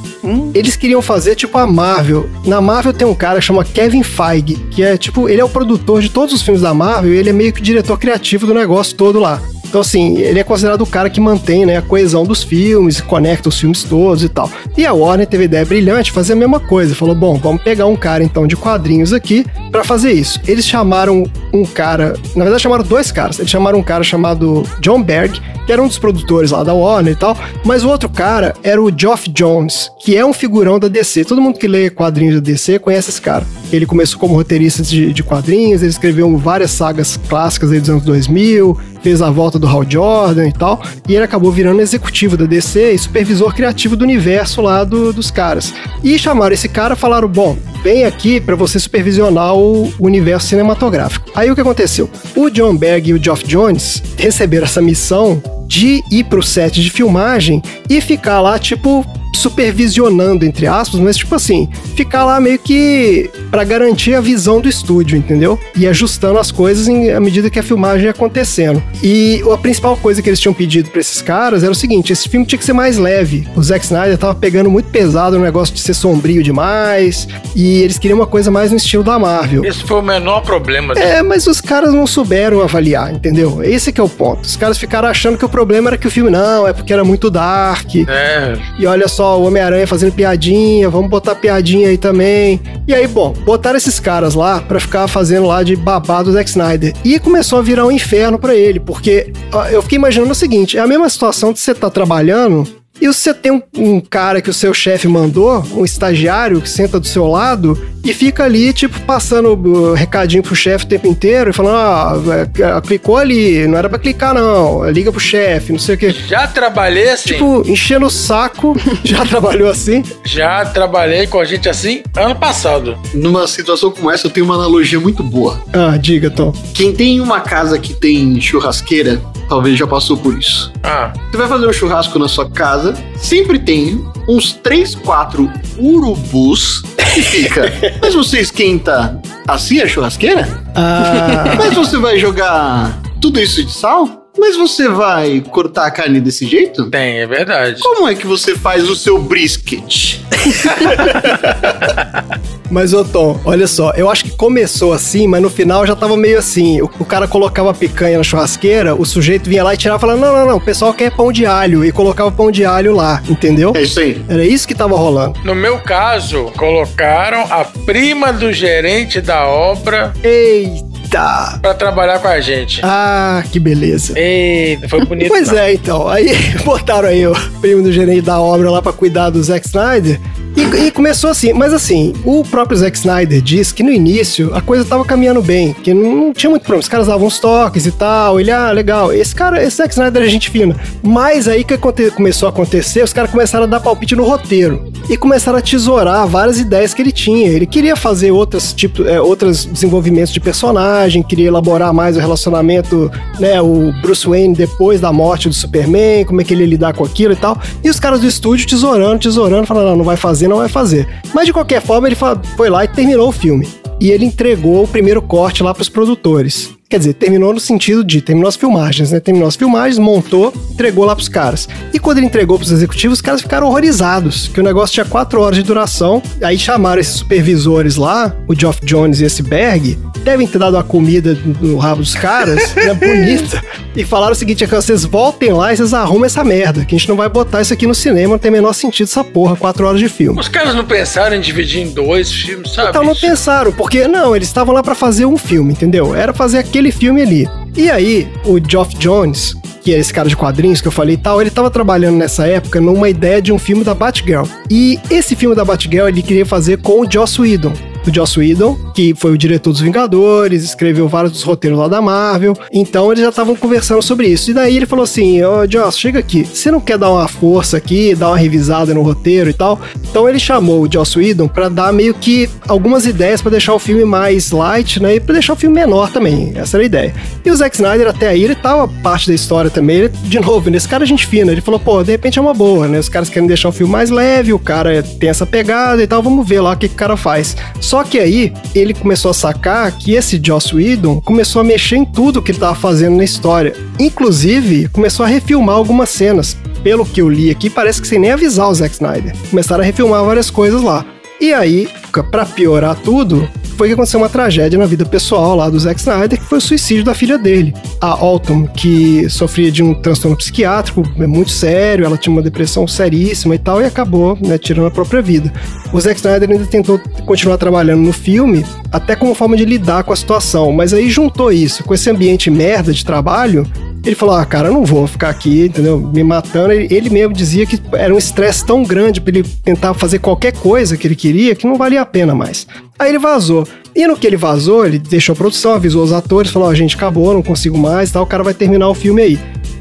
D: Eles queriam fazer tipo a Marvel. Na Marvel tem um cara que chama Kevin Feige, que é tipo, ele é o produtor de todos os filmes da Marvel e ele é meio que o diretor criativo do negócio todo lá. Então, assim, ele é considerado o cara que mantém né, a coesão dos filmes, conecta os filmes todos e tal. E a Warner teve ideia brilhante de fazer a mesma coisa. Falou: bom, vamos pegar um cara então de quadrinhos aqui pra fazer isso. Eles chamaram um cara, na verdade, chamaram dois caras. Eles chamaram um cara chamado John Berg, que era um dos produtores lá da Warner e tal, mas o outro cara era o Geoff Jones, que é um figurão da DC. Todo mundo que lê quadrinhos da DC conhece esse cara. Ele começou como roteirista de, de quadrinhos, ele escreveu várias sagas clássicas aí dos anos 2000, fez a volta do Hal Jordan e tal, e ele acabou virando executivo da DC e supervisor criativo do universo lá do- dos caras. E chamaram esse cara e falaram: bom, vem aqui pra você supervisionar o universo cinematográfico. Aí o que aconteceu? O John Berg e o Geoff Jones receberam essa missão de ir pro set de filmagem e ficar lá, tipo, supervisionando, entre aspas, mas tipo assim, ficar lá meio que pra garantir a visão do estúdio, entendeu? E ajustando as coisas em, à medida que a filmagem ia acontecendo. E a principal coisa que eles tinham pedido pra esses caras era o seguinte: esse filme tinha que ser mais leve. O Zack Snyder tava pegando muito pesado no negócio de ser sombrio demais, e eles queriam uma coisa mais no estilo da Marvel.
B: Esse foi o menor problema. dele.
D: É, mas os caras não souberam avaliar, entendeu? Esse que é o ponto. Os caras ficaram achando que o problema era que o filme não, é porque era muito dark.
B: É.
D: E olha só, o Homem-Aranha fazendo piadinha, vamos botar piadinha aí também. E aí, bom, botaram esses caras lá pra ficar fazendo lá de babado do Zack Snyder. E começou a virar um inferno pra ele, porque ó, eu fiquei imaginando o seguinte: é a mesma situação de você tá trabalhando. E você tem um, um cara que o seu chefe mandou, um estagiário que senta do seu lado e fica ali, tipo, passando uh, recadinho pro chefe o tempo inteiro e falando: ah, clicou ali, não era pra clicar não, liga pro chefe, não sei o quê.
B: Já trabalhei assim.
D: Tipo, enchendo o saco, já trabalhou assim.
B: Já trabalhei com gente assim ano passado.
H: Numa situação como essa, eu tenho uma analogia muito boa.
D: Ah, diga, Tom.
H: Quem tem uma casa que tem churrasqueira, talvez já passou por isso.
B: Ah,
H: Você vai fazer um churrasco na sua casa, sempre tem uns 3, 4 urubus que fica. Mas você esquenta assim a churrasqueira?
D: Ah,
H: Mas você vai jogar tudo isso de sal? Mas você vai cortar a carne desse jeito?
B: tem, é verdade.
H: Como é que você faz o seu brisket?
D: mas ô Tom, olha só, eu acho que começou assim, mas no final já tava meio assim. O, o cara colocava a picanha na churrasqueira, o sujeito vinha lá e tirava e falava: não, não, não, o pessoal quer pão de alho. E colocava pão de alho lá, entendeu?
H: É isso aí.
D: Era isso que tava rolando.
B: No meu caso, colocaram a prima do gerente da obra
D: Eita! Eita!
B: pra trabalhar com a gente.
D: Ah, que beleza.
B: Eita, foi bonito.
D: Pois
B: não.
D: é, então. Aí botaram aí o primo do gerente da obra lá pra cuidar do Zack Snyder. E, e começou assim, mas assim, o próprio Zack Snyder diz que no início a coisa tava caminhando bem, que não tinha muito problema. Os caras davam uns toques e tal, ele, ah, legal. Esse cara, esse Zack Snyder é gente fina. Mas aí que aconte- começou a acontecer, os caras começaram a dar palpite no roteiro. E começaram a tesourar várias ideias que ele tinha. Ele queria fazer outros tipos, é, outros desenvolvimentos de personagem, queria elaborar mais o relacionamento, né, o Bruce Wayne depois da morte do Superman, como é que ele ia lidar com aquilo e tal. E os caras do estúdio tesourando, tesourando, falando, não, não vai fazer, não vai fazer. Mas de qualquer forma, ele fa- foi lá e terminou o filme. E ele entregou o primeiro corte lá pros produtores. Quer dizer, terminou no sentido de terminou as filmagens, né? Terminou as filmagens, montou, entregou lá pros caras. E quando ele entregou pros executivos, os caras ficaram horrorizados, que o negócio tinha quatro horas de duração. Aí chamaram esses supervisores lá, o Geoff Jones e esse Berg, devem ter dado a comida no rabo dos caras, né? Bonita. E falaram o seguinte: é que vocês voltem lá e vocês arrumam essa merda, que a gente não vai botar isso aqui no cinema, não tem o menor sentido essa porra, quatro horas de filme.
B: Os caras não pensaram em dividir em dois filmes, sabe?
D: Então não
B: Isso-
D: pensaram, porque não, eles estavam lá pra fazer um filme, entendeu? Era fazer aquele filme ali. E aí, o Geoff Jones, que é esse cara de quadrinhos que eu falei e tal, ele tava trabalhando nessa época numa ideia de um filme da Batgirl. E esse filme da Batgirl ele queria fazer com o Joss Whedon. O Joss Whedon, que foi o diretor dos Vingadores, escreveu vários dos roteiros lá da Marvel. Então eles já estavam conversando sobre isso. E daí ele falou assim: Ô Joss, chega aqui. Você não quer dar uma força aqui, dar uma revisada no roteiro e tal? Então ele chamou o Joss Whedon pra dar meio que algumas ideias pra deixar o filme mais light, né? E pra deixar o filme menor também. Essa era a ideia. E o Zack Snyder até aí, ele tava parte da história também. Ele, de novo, nesse cara é gente fina. Ele falou, pô, de repente é uma boa, né? Os caras querem deixar o filme mais leve, o cara tem essa pegada e tal, vamos ver lá o que, que o cara faz. Só que aí, ele começou a sacar que esse Joss Whedon começou a mexer em tudo que ele tava fazendo na história. Inclusive, começou a refilmar algumas cenas. Pelo que eu li aqui, parece que sem nem avisar o Zack Snyder. Começaram a refilmar várias coisas lá. E aí, pra piorar tudo, foi que aconteceu uma tragédia na vida pessoal lá do Zack Snyder, que foi o suicídio da filha dele, a Autumn, que sofria de um transtorno psiquiátrico é muito sério, ela tinha uma depressão seríssima e tal, e acabou, né, tirando a própria vida. O Zack Snyder ainda tentou continuar trabalhando no filme, até como forma de lidar com a situação, mas aí juntou isso com esse ambiente merda de trabalho, ele falou: Ah, cara, eu não vou ficar aqui, entendeu? Me matando. Ele, ele mesmo dizia que era um estresse tão grande pra ele tentar fazer qualquer coisa que ele queria que não valia a pena mais. Aí ele vazou. E no que ele vazou, ele deixou a produção, avisou os atores, falou: Ó, gente, acabou, não consigo mais, tal, o cara vai terminar o filme aí.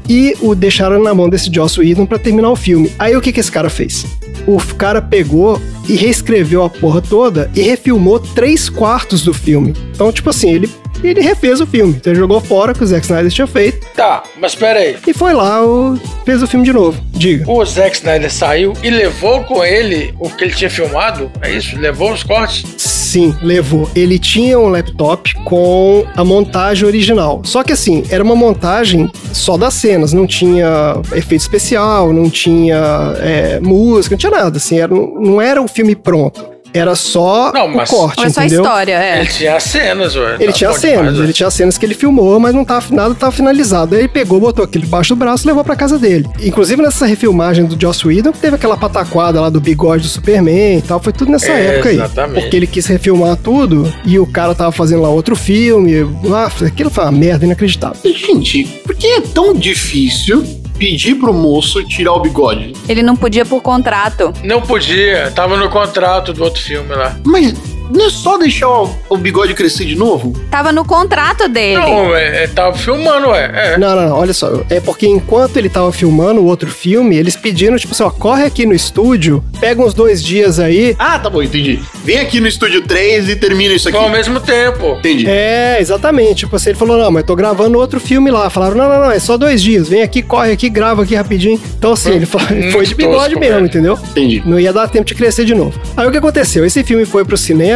D: E o deixaram na mão desse Joss Whedon pra terminar o filme. Aí o que, que esse cara fez? O cara pegou e reescreveu a porra toda e refilmou três quartos do filme. Então, tipo assim, ele, ele refez o filme. Então, ele jogou fora o que o Zack Snyder tinha feito
B: Tá, mas pera aí.
D: e foi lá, o... fez o filme de novo. Diga.
B: O Zack Snyder saiu e levou com ele o que ele tinha filmado? É isso? Levou os cortes?
D: Sim, levou. Ele tinha um laptop com a montagem original. Só que assim, era uma montagem só das cenas, não tinha efeito especial, não tinha é, música, não tinha nada. Assim, era, não era um filme pronto. Era só
B: Não,
D: o
B: mas-
D: corte,
C: Olha só a
D: entendeu?
C: história, é.
B: Ele tinha as cenas, ué.
D: Ele
B: Tá
D: tinha
B: bom
D: cenas,
B: demais, ué.
D: ele tinha cenas que ele filmou, mas não tava, nada tava finalizado. Aí ele pegou, botou aquilo debaixo do braço e levou pra casa dele. Inclusive nessa refilmagem do Joss Whedon, que teve aquela pataquada lá do bigode do Superman e tal, foi tudo nessa
B: É,
D: época aí.
B: exatamente.
D: Porque ele quis refilmar tudo e o cara tava fazendo lá outro filme. Ah, aquilo foi uma merda inacreditável.
H: Gente, por que é tão difícil pedir pro moço tirar o bigode?
C: Ele não podia por contrato.
B: Não podia, tava no contrato do outro filme lá.
H: Mas não é só deixar o, o bigode crescer de novo?
C: Tava no contrato dele.
B: Não, é, é, tava filmando, ué. É.
D: Não, não, não, olha só. É porque enquanto ele tava filmando o outro filme, eles pediram, tipo assim, ó, corre aqui no estúdio, pega uns dois dias aí.
H: Ah, tá bom, entendi. Vem aqui no estúdio 3 e termina isso aqui.
B: Foi ao mesmo tempo.
H: Entendi.
D: É, exatamente. Tipo assim, ele falou: não, mas tô gravando outro filme lá. Falaram: não, não, não, é só dois dias. Vem aqui, corre aqui, grava aqui rapidinho. Então, assim, ele falou,
B: muito
D: foi de bigode
B: Hum, tosco,
D: mesmo,
B: velho.
D: entendeu?
H: Entendi.
D: Não ia dar tempo de crescer de novo. Aí o que aconteceu? Esse filme foi pro cinema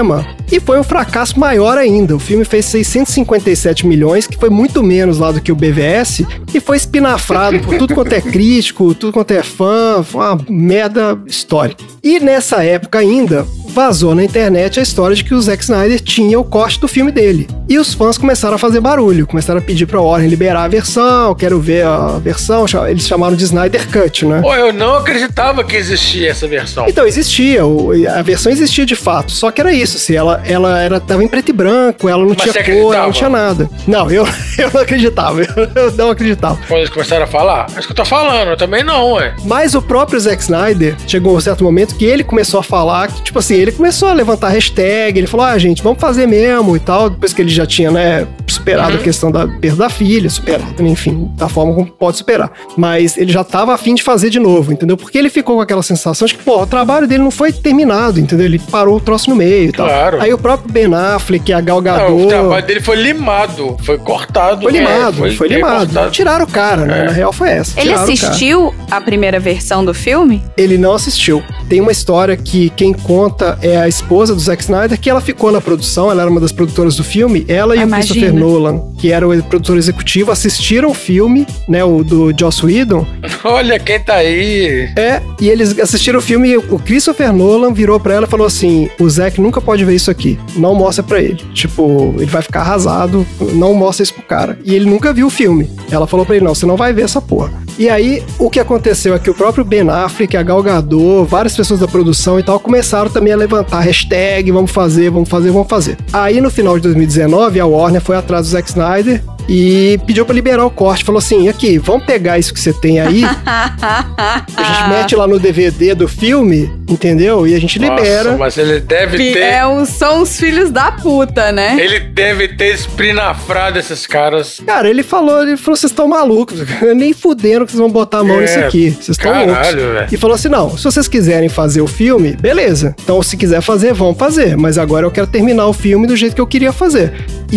D: e foi um fracasso maior ainda. O filme fez 657 milhões, que foi muito menos lá do que o BVS, e foi espinafrado por tudo quanto é crítico, tudo quanto é fã, foi uma merda histórica. E nessa época ainda, vazou na internet a história de que o Zack Snyder tinha o corte do filme dele. E os fãs começaram a fazer barulho, começaram a pedir pra Warner liberar a versão, quero ver a versão. Eles chamaram de Snyder Cut, né?
B: Pô, eu não acreditava que existia essa versão.
D: Então, existia, o- a versão existia de fato, só que era isso, assim, ela, ela era, tava em preto e branco, ela não
B: Mas
D: tinha
B: você
D: cor,
B: acreditava?
D: ela não tinha nada. Não, eu, eu não acreditava, eu não acreditava.
B: Quando eles começaram a falar, é isso que eu tô falando, eu também não, ué.
D: Mas o próprio Zack Snyder chegou a um certo momento que ele começou a falar, que, tipo assim, ele começou a levantar hashtag, ele falou, ah, gente, vamos fazer mesmo e tal, depois que ele já tinha, né, superado
B: Uhum.
D: a questão da perda da filha, superado, né, enfim, da forma como pode superar. Mas ele já tava afim de fazer de novo, entendeu? Porque ele ficou com aquela sensação de que, pô, o trabalho dele não foi terminado, entendeu? Ele parou o troço no meio e tal.
B: Claro.
D: Aí o próprio Ben Affleck, a
B: Não,
D: Gal
B: o
D: Gadot...
B: trabalho dele foi limado, foi cortado.
D: foi
B: né?
D: limado, foi, limado.
B: recortado.
D: Tiraram o cara, né?
B: É.
D: Na real foi essa.
C: Ele
D: tiraram o cara.
C: assistiu a primeira versão do filme?
D: ele não assistiu. Tem uma história que quem conta é a esposa do Zack Snyder, que ela ficou na produção, ela era uma das produtoras do filme, ela e
C: Imagina.
D: o Christopher Nolan, que era o produtor executivo, assistiram o filme, né, o do Joss Whedon,
B: Olha quem tá aí.
D: é, e eles assistiram o filme e o Christopher Nolan virou pra ela e falou assim: o Zack nunca pode ver isso aqui. Não mostra pra ele. Tipo, ele vai ficar arrasado, não mostra isso pro cara. E ele nunca viu o filme. Ela falou pra ele: não, você não vai ver essa porra. E aí, o que aconteceu é que o próprio Ben Affleck, a Gal Gadot, várias pessoas da produção e tal, começaram também a levantar hashtag, vamos fazer, vamos fazer, vamos fazer. Aí, no final de 2019, a Warner foi atrás do Zack Snyder e pediu pra liberar o corte. Falou assim, aqui, vamos pegar isso que você tem aí a
C: Ah.
D: gente mete lá no DVD do filme, entendeu? E a gente libera.
B: Nossa, mas ele deve
C: Que
B: ter.
C: é o- são os filhos da puta, né?
B: Ele deve ter esprinafrado esses caras.
D: Cara, ele falou, ele falou, vocês estão malucos, nem fudendo que vocês vão botar a mão
B: É,
D: nisso aqui, vocês estão
B: caralho,
D: loucos.
B: velho.
D: E falou assim, não, se vocês quiserem fazer o filme, beleza. Então, se quiser fazer, vão fazer, mas agora eu quero terminar o filme do jeito que eu queria fazer.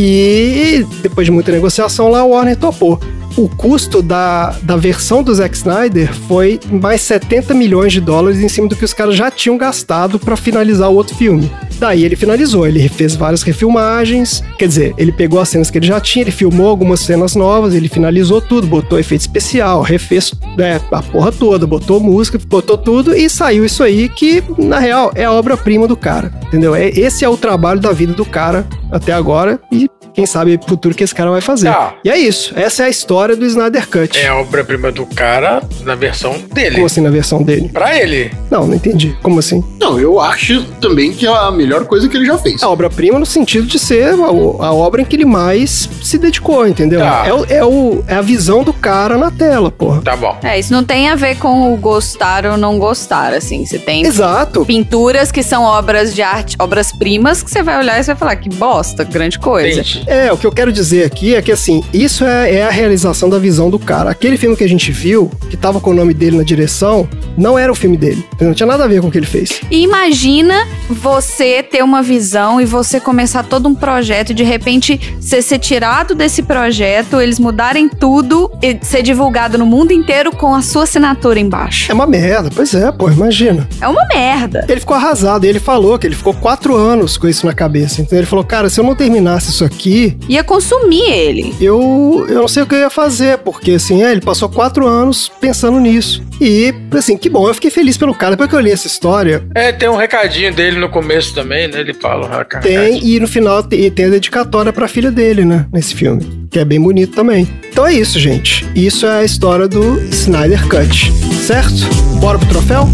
D: E depois de muita negociação lá, o Warner topou. O custo da, da versão do Zack Snyder foi mais 70 milhões de dólares em cima do que os caras já tinham gastado pra finalizar o outro filme. Daí ele finalizou, ele fez várias refilmagens, quer dizer, ele pegou as cenas que ele já tinha, ele filmou algumas cenas novas, ele finalizou tudo, botou efeito especial, refez né, a porra toda, botou música, botou tudo e saiu isso aí que, na real, é a obra-prima do cara, entendeu? É, esse é o trabalho da vida do cara até agora e quem sabe o futuro que esse cara vai fazer.
B: Tá.
D: E é isso, essa é a história do Snyder Cut.
B: É a obra-prima do cara na versão dele.
D: Como assim na versão dele?
B: Pra ele.
D: Não, não entendi. Como assim?
H: Não, eu acho também que é a melhor coisa que ele já fez.
D: A É obra-prima no sentido de ser a, a obra em que ele mais se dedicou, entendeu?
B: Tá.
D: É, o- é o- é a visão do cara na tela, porra.
B: Tá bom.
C: É, isso não tem a ver com o gostar ou não gostar, assim. Você tem
D: Exato.
C: pinturas que são obras de arte, obras-primas, que você vai olhar e você vai falar que bosta, grande coisa.
B: Entendi.
D: É, o que eu quero dizer aqui é que, assim, isso é, é a realização da visão do cara. Aquele filme que a gente viu, que tava com o nome dele na direção, não era o filme dele. Não tinha nada a ver com o que ele fez.
C: E imagina você ter uma visão e você começar todo um projeto e de repente você ser tirado desse projeto, eles mudarem tudo e ser divulgado no mundo inteiro com a sua assinatura embaixo.
D: É uma merda. Pois é, pô, imagina.
C: É uma merda.
D: Ele ficou arrasado. E ele falou que ele ficou quatro anos com isso na cabeça. Então ele falou, cara, se eu não terminasse isso aqui,
C: Ia consumir ele.
D: eu, eu não sei o que eu ia fazer, porque assim, é, ele passou quatro anos pensando nisso. E, assim, que bom, eu fiquei feliz pelo cara. Depois que eu li essa história,
B: É, tem um recadinho dele no começo também, né? Ele fala. ah, cara,
D: tem, e no final tem, tem a dedicatória pra filha dele, né? Nesse filme. Que é bem bonito também. Então é isso, gente. Isso é a história do Snyder Cut, certo? Bora pro troféu?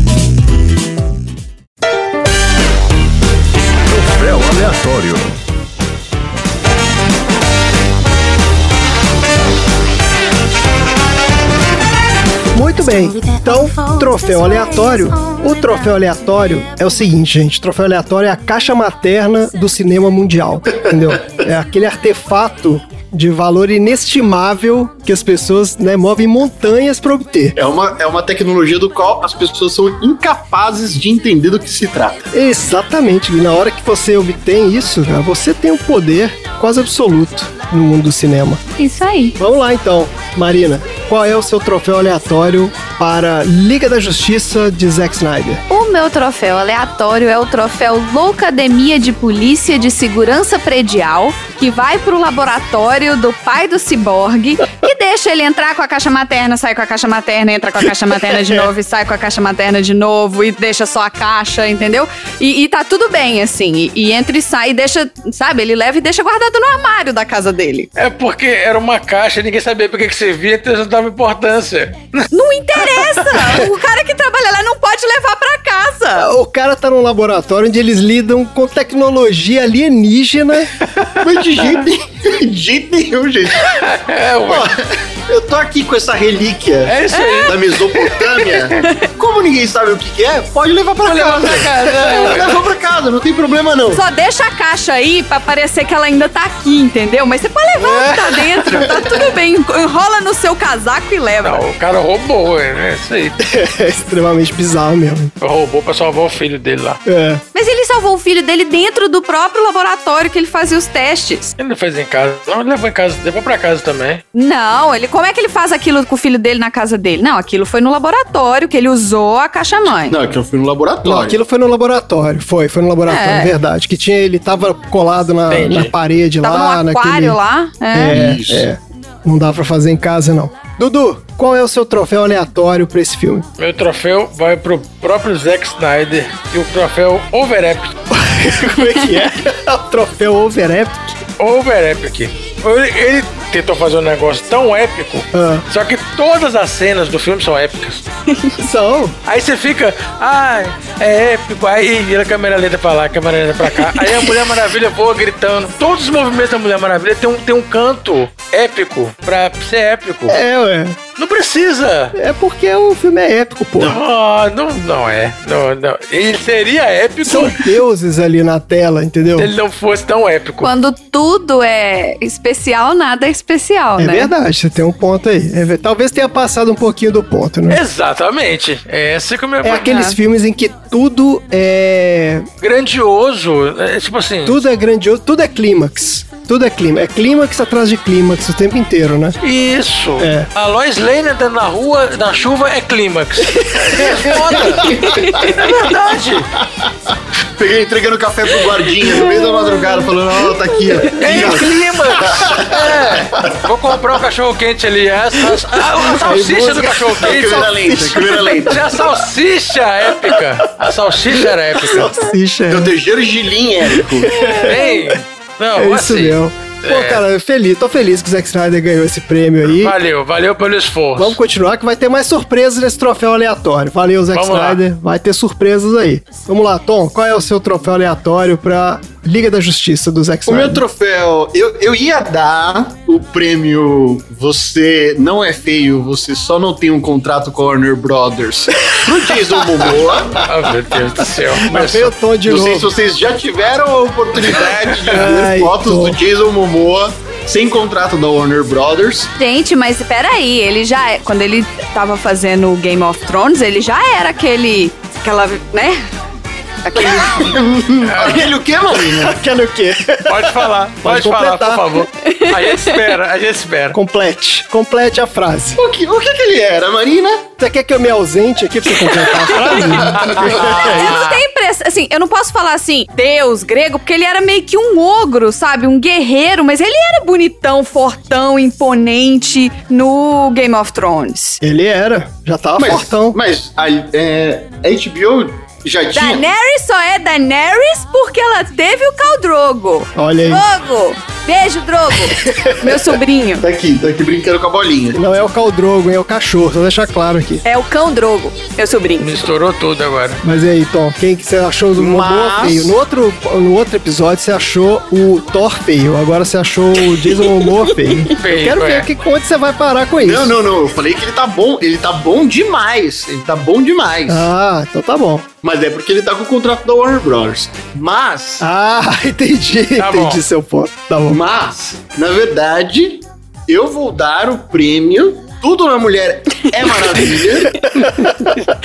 F: Troféu aleatório.
D: Muito bem. Então, troféu aleatório. O troféu aleatório é o seguinte, gente. Troféu aleatório é a caixa materna do cinema mundial, entendeu? É aquele artefato de valor inestimável que as pessoas né, movem montanhas para obter.
H: É uma, é uma tecnologia do qual as pessoas são incapazes de entender do que se trata.
D: Exatamente. E na hora que você obtém isso, cara, você tem um poder quase absoluto no mundo do cinema.
C: Isso aí.
D: Vamos lá então, Marina. Qual é o seu troféu aleatório para Liga da Justiça de Zack Snyder?
C: O meu troféu aleatório é o troféu Loucademia de Polícia de Segurança Predial, que vai pro laboratório do pai do ciborgue, que deixa ele entrar com a caixa materna, sai com a caixa materna, entra com a caixa materna de novo e sai com a caixa materna de novo e deixa só a caixa, entendeu? E, e tá tudo bem, assim. E, e entra e sai e deixa, sabe? Ele leva e deixa guardado no armário da casa dele.
B: É porque era uma caixa, ninguém sabia pra que que servia, então eles não dava importância.
C: Não interessa! o cara que trabalha lá não pode levar pra casa.
D: O cara tá num laboratório onde eles lidam com tecnologia alienígena.
H: Mas de jeito, nenhum- de jeito nenhum, gente.
B: É, ué.
H: Ó, eu tô aqui com essa relíquia
B: É isso aí.
H: da Mesopotâmia. Como ninguém sabe o que, que é, pode levar pra casa.
B: pra casa, é, ué.
H: Leva pra casa, não tem problema não.
C: Só deixa a caixa aí pra parecer que ela ainda tá aqui, entendeu? Mas você pode levar o
D: É.
C: que tá dentro, tá tudo bem. Enrola no seu casaco e leva.
B: Não, o cara roubou, é, é isso aí.
D: É extremamente bizarro mesmo.
B: Roubou pra salvar o filho dele lá.
D: É.
C: Mas ele salvou o filho dele dentro do próprio laboratório que ele fazia os testes.
B: Ele não fez em casa. Não, ele levou em casa, levou pra casa também.
C: Não, ele como é que ele faz aquilo com o filho dele na casa dele? Não, aquilo foi no laboratório que ele usou a caixa mãe.
H: Não, é que eu fui no laboratório.
D: Não, aquilo foi no laboratório. Foi, foi no laboratório,
C: É.
D: verdade. Que tinha, ele tava colado na,
B: Entendi.
D: na parede
C: Tava
D: lá,
C: num aquário
D: naquele.
C: lá. É.
D: É,
H: Isso.
D: é. Não dá pra fazer em casa, não. Dudu, qual é o seu troféu aleatório pra esse filme?
B: Meu troféu vai pro próprio Zack Snyder e o troféu Over Epic.
D: Como é que é? o troféu Over Epic.
B: Over Epic. Ele, ele tentou fazer um negócio tão épico,
D: Ah.
B: só que todas as cenas do filme são épicas.
D: São.
B: Aí você fica, ai, é épico. Aí vira a câmera lenta pra lá, a câmera lenta pra cá. Aí a Mulher Maravilha voa gritando. Todos os movimentos da Mulher Maravilha tem um, tem um canto épico pra ser épico.
D: É, ué.
B: Não precisa.
D: É porque o filme é épico, pô.
B: Ah, não, não é. Não, não. Ele seria épico
D: São deuses ali na tela, entendeu?
B: se ele não fosse tão épico.
C: Quando tudo é especial, nada é especial,
D: É
C: né?
D: verdade, você tem um ponto aí. É ver- talvez tenha passado um pouquinho do ponto, né?
B: Exatamente. É esse que é o meu
D: É aqueles
C: É.
D: filmes em que tudo é.
B: grandioso. É, tipo assim.
D: Tudo é grandioso, tudo é clímax. Tudo é clima. É clímax atrás de clímax o tempo inteiro, né?
B: Isso.
D: É.
B: A Lois Lane andando na rua, na chuva, é clímax. É foda. É verdade.
H: Peguei entregando café pro guardinha no meio da madrugada, falando, ó, tá aqui,
B: É
H: ó.
B: clímax. É. Vou comprar um cachorro quente ali. A, a, a salsicha do cachorro quente.
H: Câmera lenta, câmera lenta.
B: A salsicha é épica. A salsicha era épica.
D: Salsicha.
H: Eu
D: é.
H: desejo é gilim, Érico.
B: Bem, não,
D: É isso
B: assim.
D: mesmo. Pô, cara, eu feliz, tô feliz que o Zack Snyder ganhou esse prêmio aí.
B: Valeu, valeu pelo esforço.
D: Vamos continuar que vai ter mais surpresas nesse troféu aleatório. Valeu, Zack
B: Vamos lá.
D: Snyder. Vai ter surpresas aí. Vamos lá, Tom, qual é o seu troféu aleatório pra Liga da Justiça do Zack
H: O
D: Snyder?
H: meu troféu, eu, eu ia dar o prêmio Você Não É Feio, Você Só Não Tem Um Contrato com a Warner Brothers pro Jason Momoa.
B: Ah, meu Deus do céu.
D: Mas veio o Tom de
H: Não
D: novo.
H: sei se vocês já tiveram a oportunidade de ver
D: Ai,
H: fotos
D: tô.
H: do Jason Momoa sem contrato da Warner Brothers.
C: Gente, mas peraí, ele já é, quando ele tava fazendo o Game of Thrones, ele já era aquele aquela, né? Aquele
H: Aquele o quê, maninha?
D: Aquele o quê?
B: Pode falar, pode, falar, por
D: completar.
B: favor. A gente espera, a gente espera.
D: Complete. Complete a frase.
H: O que, o que que ele era, Marina?
D: Você quer que eu me ausente aqui pra você completar a frase?
C: Você não tem impressão. Assim, eu não posso falar assim, deus grego, porque ele era meio que um ogro, sabe? Um guerreiro, mas ele era bonitão, fortão, imponente no Game of Thrones.
D: Ele era. Já tava
H: Mas,
D: fortão.
H: mas a, é, a HBO já tinha...
C: Daenerys só é Daenerys porque ela teve o Caldrogo.
D: Olha aí.
C: Drogo! Beijo, Drogo! Meu sobrinho.
H: Tá aqui, tá aqui brincando com a bolinha.
D: Não é o Caldrogo, é o cachorro. Só deixar claro aqui.
C: É o cão Drogo, meu sobrinho.
B: Misturou tudo agora.
D: Mas e aí, Tom, quem que você achou do Momoa
H: Mas-
D: feio? No outro, no outro episódio você achou o Thor feio, agora você achou o Jason Momoa feio.
B: Feio,
D: Eu quero
B: é.
D: ver que, onde você vai parar com isso.
H: Não, não, não. Eu falei que ele tá bom. Ele tá bom demais. Ele tá bom demais.
D: Ah, então tá bom.
H: Mas é porque ele tá com o contrato da Warner Brothers. Mas,
D: Ah, entendi,
B: Tá
D: entendi
B: bom.
D: seu ponto. Tá bom.
H: mas, na verdade, eu vou dar o prêmio. Tudo na mulher é maravilha.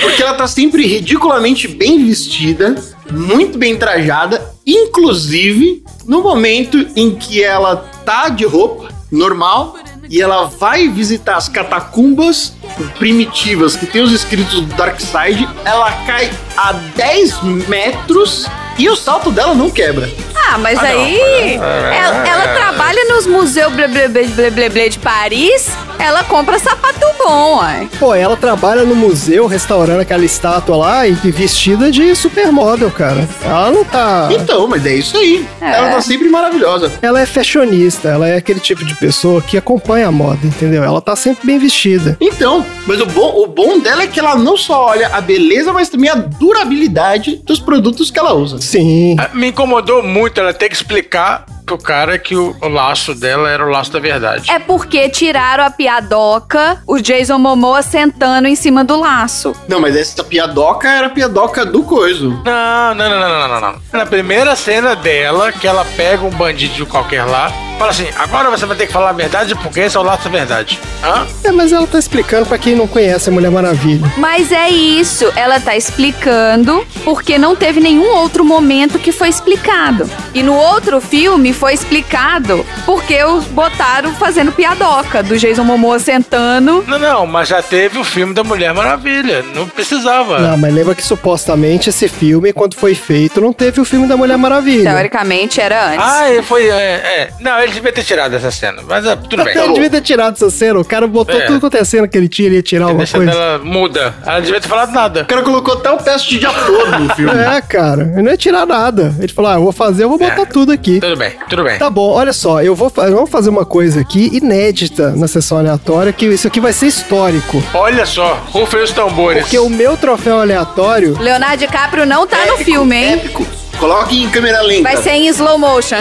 H: porque ela tá sempre ridiculamente bem vestida, muito bem trajada, inclusive no momento em que ela tá de roupa normal e ela vai visitar as catacumbas primitivas que tem os escritos do Darkseid, ela cai a 10 metros e o salto dela não quebra.
C: Ah, mas aí. Ela, ela olha nos museus blé, blé, blé, blé, blé, blé de Paris, ela compra sapato bom, uai.
D: Pô, ela trabalha no museu restaurando aquela estátua lá e vestida de supermodel, cara. Ela não tá.
H: Então, mas é isso aí.
C: É.
H: Ela tá sempre maravilhosa.
D: Ela é fashionista, ela é aquele tipo de pessoa que acompanha a moda, entendeu? Ela tá sempre bem vestida.
H: Então, mas o bom, o bom dela é que ela não só olha a beleza, mas também a durabilidade dos produtos que ela usa.
D: Sim.
B: Ah, Me incomodou muito ela ter que explicar pro cara que o, o laço dela era o laço da verdade.
C: É porque tiraram a piadoca, o Jason Momoa sentando em cima do laço.
H: Não, mas essa piadoca era a piadoca do coiso.
B: Não, não, não, não, não, não, não. Na primeira cena dela, que ela pega um bandido qualquer lá, fala assim: agora você vai ter que falar a verdade porque esse é o laço da verdade. Hã?
D: É, mas ela tá explicando pra quem não conhece a Mulher Maravilha.
C: Mas é isso, ela tá explicando porque não teve nenhum outro momento que foi explicado. E no outro filme foi explicado porque os botaram fazendo piadoca do Jason Momoa sentando.
B: Não, não, mas já teve o filme da Mulher Maravilha. Não precisava.
D: Não, mas lembra que supostamente esse filme, quando foi feito, não teve o filme da Mulher Maravilha.
C: Teoricamente era antes.
B: Ah, ele foi. É, é. Não, ele devia ter tirado essa cena, mas é, tudo bem.
D: Até ele devia ter tirado essa cena, o cara botou
B: É.
D: tudo quanto é cena que ele tinha, ele ia tirar alguma
B: Essa
D: coisa.
B: dela muda. Ela não devia ter falado nada.
H: O cara colocou até o teste de ator no filme.
D: É, cara, ele não ia tirar nada. Ele falou, ah, eu vou fazer, eu vou botar
B: É.
D: tudo aqui.
B: Tudo bem, tudo bem.
D: Tá bom, olha só, eu vou fa- vamos fazer uma coisa aqui inédita na sessão aleatória, que isso aqui vai ser histórico.
B: Olha só, rufem os tambores.
D: Porque o meu troféu aleatório.
C: Leonardo DiCaprio não tá no filme, hein?
H: Épico. Coloque em câmera lenta.
C: Vai ser em slow motion.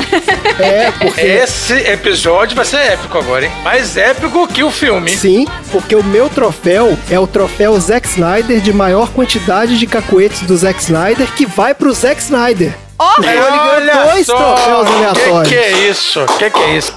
D: É, porque.
B: Esse episódio vai ser épico agora, hein? Mais épico que o filme.
D: Sim, porque o meu troféu é o troféu Zack Snyder de maior quantidade de cacoetes do Zack Snyder, que vai pro Zack Snyder.
C: Ó,
B: É.
D: Então ele ganhou dois troféus
B: que
D: aleatórios.
B: que é isso? Que que é isso?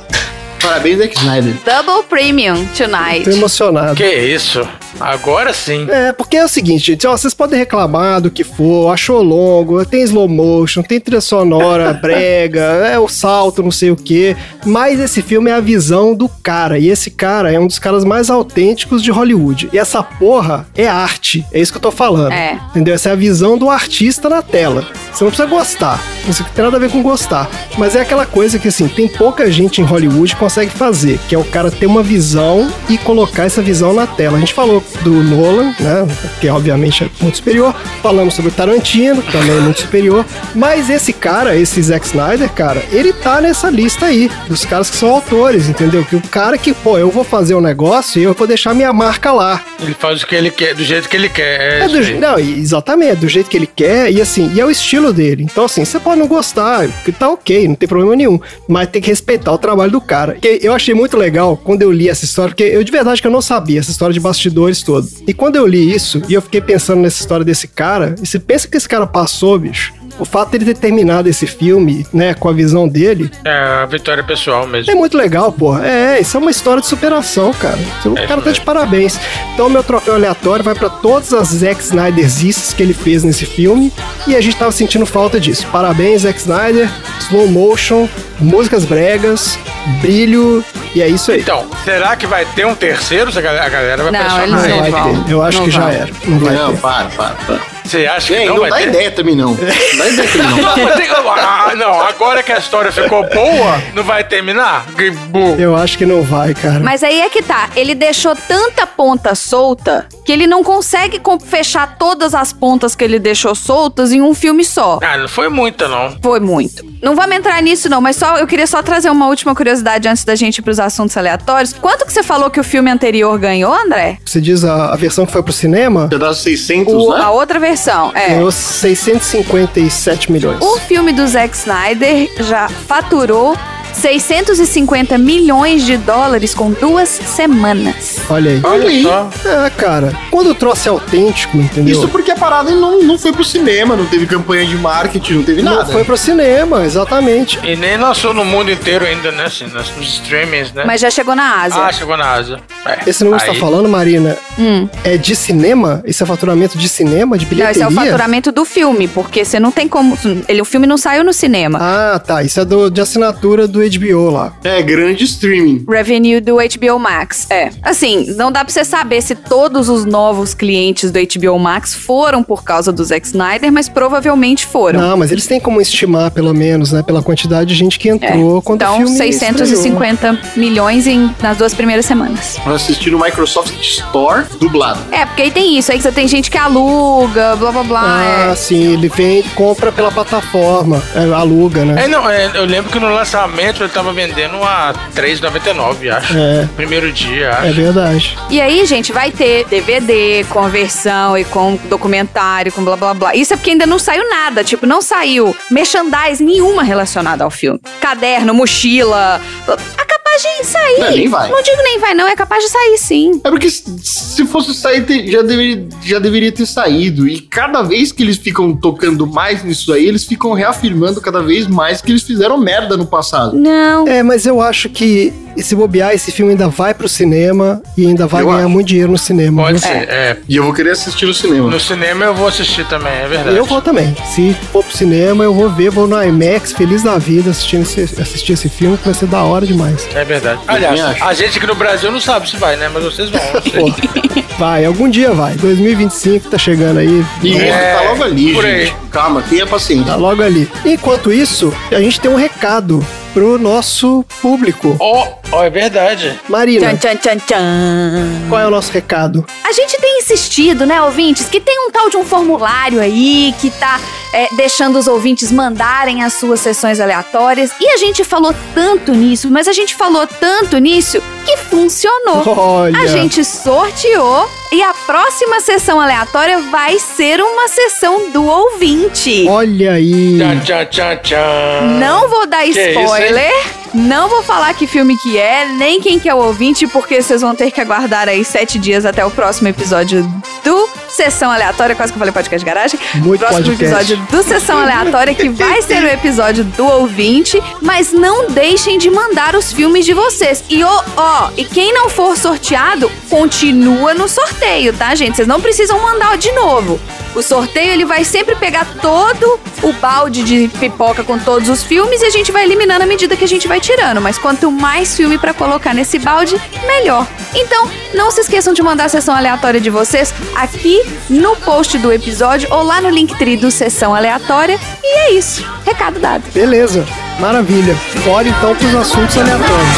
H: Parabéns, Zack Snyder.
C: double premium tonight.
D: Tô emocionado.
B: Que é isso? Agora sim.
D: É, porque é o seguinte, gente, ó, vocês podem reclamar do que for, achou longo, tem slow motion, tem trilha sonora, brega, é o salto, não sei o quê, mas esse filme é a visão do cara, e esse cara é um dos caras mais autênticos de Hollywood. E essa porra é arte, é isso que eu tô falando.
C: É.
D: Entendeu? Essa é a visão do artista na tela. Você não precisa gostar. Isso não tem nada a ver com gostar. Mas é aquela coisa que, assim, tem pouca gente em Hollywood que consegue fazer, que é o cara ter uma visão e colocar essa visão na tela. A gente falou do Nolan, né? Que obviamente é muito superior. Falamos sobre o Tarantino, que também é muito superior. Mas esse cara, esse Zack Snyder, cara, ele tá nessa lista aí dos caras que são autores, entendeu? Que o cara que, pô, eu vou fazer um negócio e eu vou deixar minha marca lá.
B: Ele faz o que ele quer, do jeito que ele quer. É
D: É
B: isso
D: do,
B: aí.
D: je- não, e- exatamente, é do jeito que ele quer e assim, e é o estilo dele. Então, assim, você pode não gostar, que tá ok, não tem problema nenhum. Mas tem que respeitar o trabalho do cara. Que eu achei muito legal quando eu li essa história, porque eu de verdade que eu não sabia essa história de bastidores toda. E quando eu li isso, e eu fiquei pensando nessa história desse cara, e você pensa que esse cara passou, bicho. O fato dele ter terminado esse filme, né, com a visão dele,
B: É a vitória pessoal mesmo.
D: é muito legal, pô. É, isso é uma história de superação, cara. O cara tá de parabéns. Então, meu troféu aleatório vai pra todas as Zack Snyderzices que ele fez nesse filme. E a gente tava sentindo falta disso. Parabéns, Zack Snyder. Slow motion, músicas bregas, brilho. E é isso aí.
B: Então, será que vai ter um terceiro? Se A galera a galera vai assim,
C: Não,
B: pressionar
C: eles não
B: ele.
D: vai
C: vão.
D: ter. Eu acho
C: Não
D: que já
C: vão.
D: era. Não vai
H: Não,
D: ter.
H: para, para, para.
B: Você acha que
H: Gente,
B: não,
H: não,
B: vai
H: dá
B: ter?
H: ideia também, não. Não dá ideia também, não.
B: Não, mas tem- Ah, não, agora que a história ficou boa, não vai terminar? Gribu.
D: Eu acho que não vai, cara.
C: Mas aí é que tá, ele deixou tanta ponta solta que ele não consegue com- fechar todas as pontas que ele deixou soltas em um filme só.
B: Ah, não foi muita, não.
C: Foi muito. Não vamos entrar nisso não, mas só eu queria só trazer uma última curiosidade antes da gente ir pros assuntos aleatórios. Quanto que você falou que o filme anterior ganhou, André?
D: Você diz a, a versão que foi pro cinema?
H: Você dá 600,
C: O-
H: né?
C: a outra versão, é. Uh!
D: Ganhou 657 milhões.
C: O filme do Zack Snyder já faturou 650 milhões de dólares com duas semanas.
D: Olha aí.
H: Olha aí.
B: Só.
D: É, cara. Quando o troço é autêntico, entendeu?
H: Isso porque a parada não, não foi pro cinema, não teve campanha de marketing, não teve nada.
D: Não foi pro cinema, exatamente.
B: E nem lançou no mundo inteiro ainda, né? Assim, nas- nos streamings, né?
C: Mas já chegou na Ásia.
B: Ah, chegou na Ásia. É,
D: Esse número que você
B: aí-
D: tá falando, Marina,
C: Hum.
D: é de cinema? Isso é faturamento de cinema,
C: Não, esse
D: de bilheteria?
C: é o faturamento do filme, porque você não tem como. Ele, o filme não saiu no cinema.
D: Ah, tá. Isso é do, de assinatura do HBO lá.
H: É, grande streaming.
C: Revenue do HBO Max. É. Assim, não dá pra você saber se todos os novos clientes do HBO Max foram por causa do Zack Snyder, mas provavelmente foram.
D: Não, mas eles têm como estimar, pelo menos, né? Pela quantidade de gente que entrou quando o
C: Então,
D: filme estreou.
C: 650 milhões em, nas duas primeiras semanas.
H: Pra assistir no Microsoft Store dublado.
C: É, porque aí tem isso, aí você tem gente que aluga, blá blá blá. é.
D: Ah, sim, ele vem compra pela plataforma, é, aluga, né?
B: É, não, é, eu lembro que no lançamento ele tava vendendo a 3,99, acho.
D: É.
B: Primeiro dia,
D: É
B: acho.
D: verdade.
C: E aí, gente, vai ter DVD com versão e com documentário, com blá blá blá. Isso é porque ainda não saiu nada, tipo, não saiu merchandise nenhuma relacionada ao filme. Caderno, mochila. É capaz de sair.
H: Não, nem vai.
C: Não digo nem vai, não, é capaz de sair sim.
H: É porque se- se fosse sair, te- já deveria, já deveria ter saído. E cada vez que eles ficam tocando mais nisso aí, eles ficam reafirmando cada vez mais que eles fizeram merda no passado.
C: Não.
D: É, mas eu acho que se bobear, esse filme ainda vai pro cinema e ainda vai
H: Eu
D: ganhar
H: acho.
D: muito dinheiro no cinema.
B: Pode
D: viu?
B: ser, é.
H: E eu vou querer assistir no cinema.
B: No cinema eu vou assistir também, é verdade.
D: Eu vou também. Se for pro cinema, eu vou ver, vou no IMAX, feliz da vida, assistindo esse, assistir esse filme, que vai ser da hora demais.
B: É verdade.
H: também
B: Aliás,
H: acho.
B: a gente aqui no Brasil não sabe se vai, né? Mas vocês vão. não sei.
D: Vai, algum dia vai. 2025 tá chegando aí.
H: E isso,
B: É,
H: tá logo ali,
B: por aí.
H: gente. Calma, tenha paciência.
D: Tá logo ali. Enquanto isso, a gente tem um recado pro nosso público.
B: Ó, ó, é verdade.
D: Marina,
H: né?
C: Tchan, tchan, tchan, tchan.
D: qual é o nosso recado?
C: A gente tem insistido, né, ouvintes, que tem um tal de um formulário aí que tá é, deixando os ouvintes mandarem as suas sessões aleatórias. E a gente falou tanto nisso, mas a gente falou tanto nisso que funcionou.
D: Olha.
C: A gente sorteou e a próxima sessão aleatória vai ser uma sessão do ouvinte.
D: Olha aí.
B: Tchan, tchan, tchan, tchan.
C: Não vou dar
B: isso, hein?
C: spoiler, não vou falar que filme que é, nem quem que é o ouvinte, porque vocês vão ter que aguardar aí sete dias até o próximo episódio do Sessão Aleatória, quase que eu falei podcast garagem.
D: Muito
C: próximo
D: podcast.
C: episódio do Sessão Aleatória, que vai ser o episódio do ouvinte, mas não deixem de mandar os filmes de vocês. E ó, ó, e quem não for sorteado, continua no sorteio, tá, gente? Vocês não precisam mandar de novo. O sorteio ele vai sempre pegar todo o balde de pipoca com todos os filmes e a gente vai eliminando à medida que a gente vai tirando. Mas quanto mais filme pra colocar nesse balde, melhor. Então, não se esqueçam de mandar a sessão aleatória de vocês aqui no post do episódio ou lá no Linktree do Sessão Aleatória. E é isso. Recado dado.
D: Beleza, maravilha. Bora então pros assuntos aleatórios.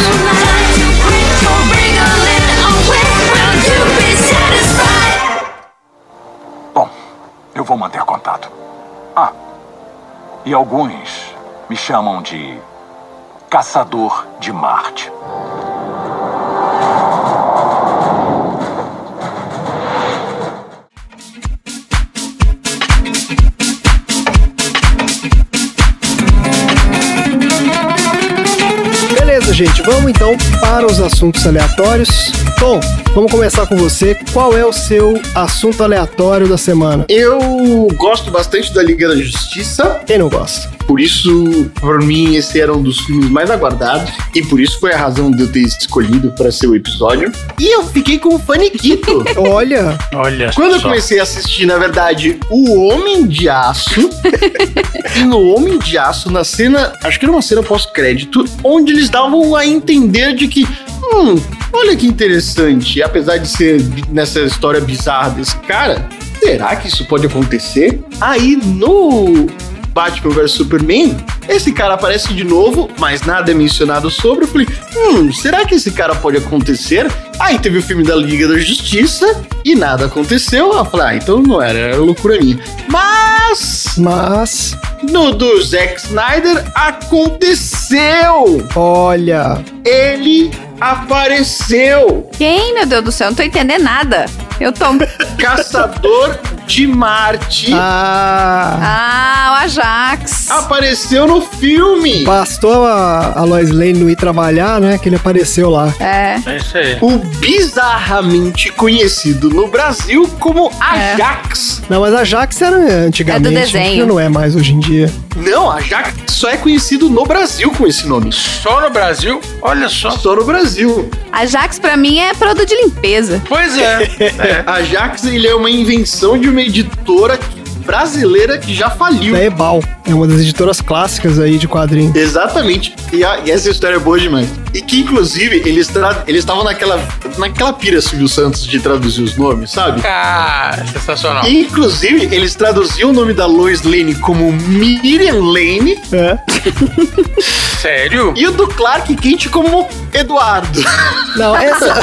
G: Bom, eu vou manter contato. Ah, e alguns me chamam de Caçador de Marte.
D: Beleza, gente, vamos então para os assuntos aleatórios. Tom, vamos começar com você. Qual é o seu assunto aleatório da semana?
H: Eu gosto bastante da Liga da Justiça,
D: Quem não gosta?
H: por isso, por mim, esse era um dos filmes mais aguardados, e por isso foi a razão de eu ter escolhido para ser o episódio. E eu fiquei com o faniquito.
D: Olha,
B: Olha
H: Quando eu
B: só.
H: comecei a assistir, na verdade, O Homem de Aço, e no Homem de Aço, na cena, acho que era uma cena pós-crédito, onde eles davam a entender de que, hum, olha que interessante, apesar de ser bi- nessa história bizarra desse cara, será que isso pode acontecer? Aí no Batman vs Superman, esse cara aparece de novo, mas nada é mencionado sobre. Eu falei, hum, será que esse cara pode acontecer? Aí teve o filme da Liga da Justiça e nada aconteceu. Eu falei, ah, então não era, era loucura minha. Mas
D: mas
H: no do Zack Snyder aconteceu!
D: olha,
H: Ele apareceu!
C: Quem, meu Deus do céu? Eu Não tô entendendo nada. Eu tô.
H: Caçador de Marte
D: ah,
C: Ah, o Ajax.
H: apareceu no filme!
D: bastou a, a Lois Lane não ir trabalhar, né? Que ele apareceu lá.
C: É.
B: É isso aí.
H: O bizarramente conhecido no Brasil como
C: É.
H: Ajax.
D: Não, mas a Jax era antigamente.
C: É do desenho.
D: Não é mais hoje em dia.
H: Não, Ajax só é conhecido no Brasil com esse nome.
B: Só no Brasil? Olha só.
H: Só no Brasil.
C: Ajax pra mim é produto de limpeza.
B: Pois é.
H: Ajax ele é uma invenção de uma editora que brasileira que já faliu.
D: Da Ebal. É uma das editoras clássicas aí de quadrinhos.
H: Exatamente. E, a- e essa história é boa demais. E que, inclusive, eles tra- eles estavam naquela, naquela pira Silvio Santos de traduzir os nomes, sabe?
B: Ah, sensacional.
H: E, inclusive, eles traduziam o nome da Lois Lane como Miriam Lane
D: É.
B: Sério?
H: e o do Clark Kent como Eduardo.
D: Não, essa.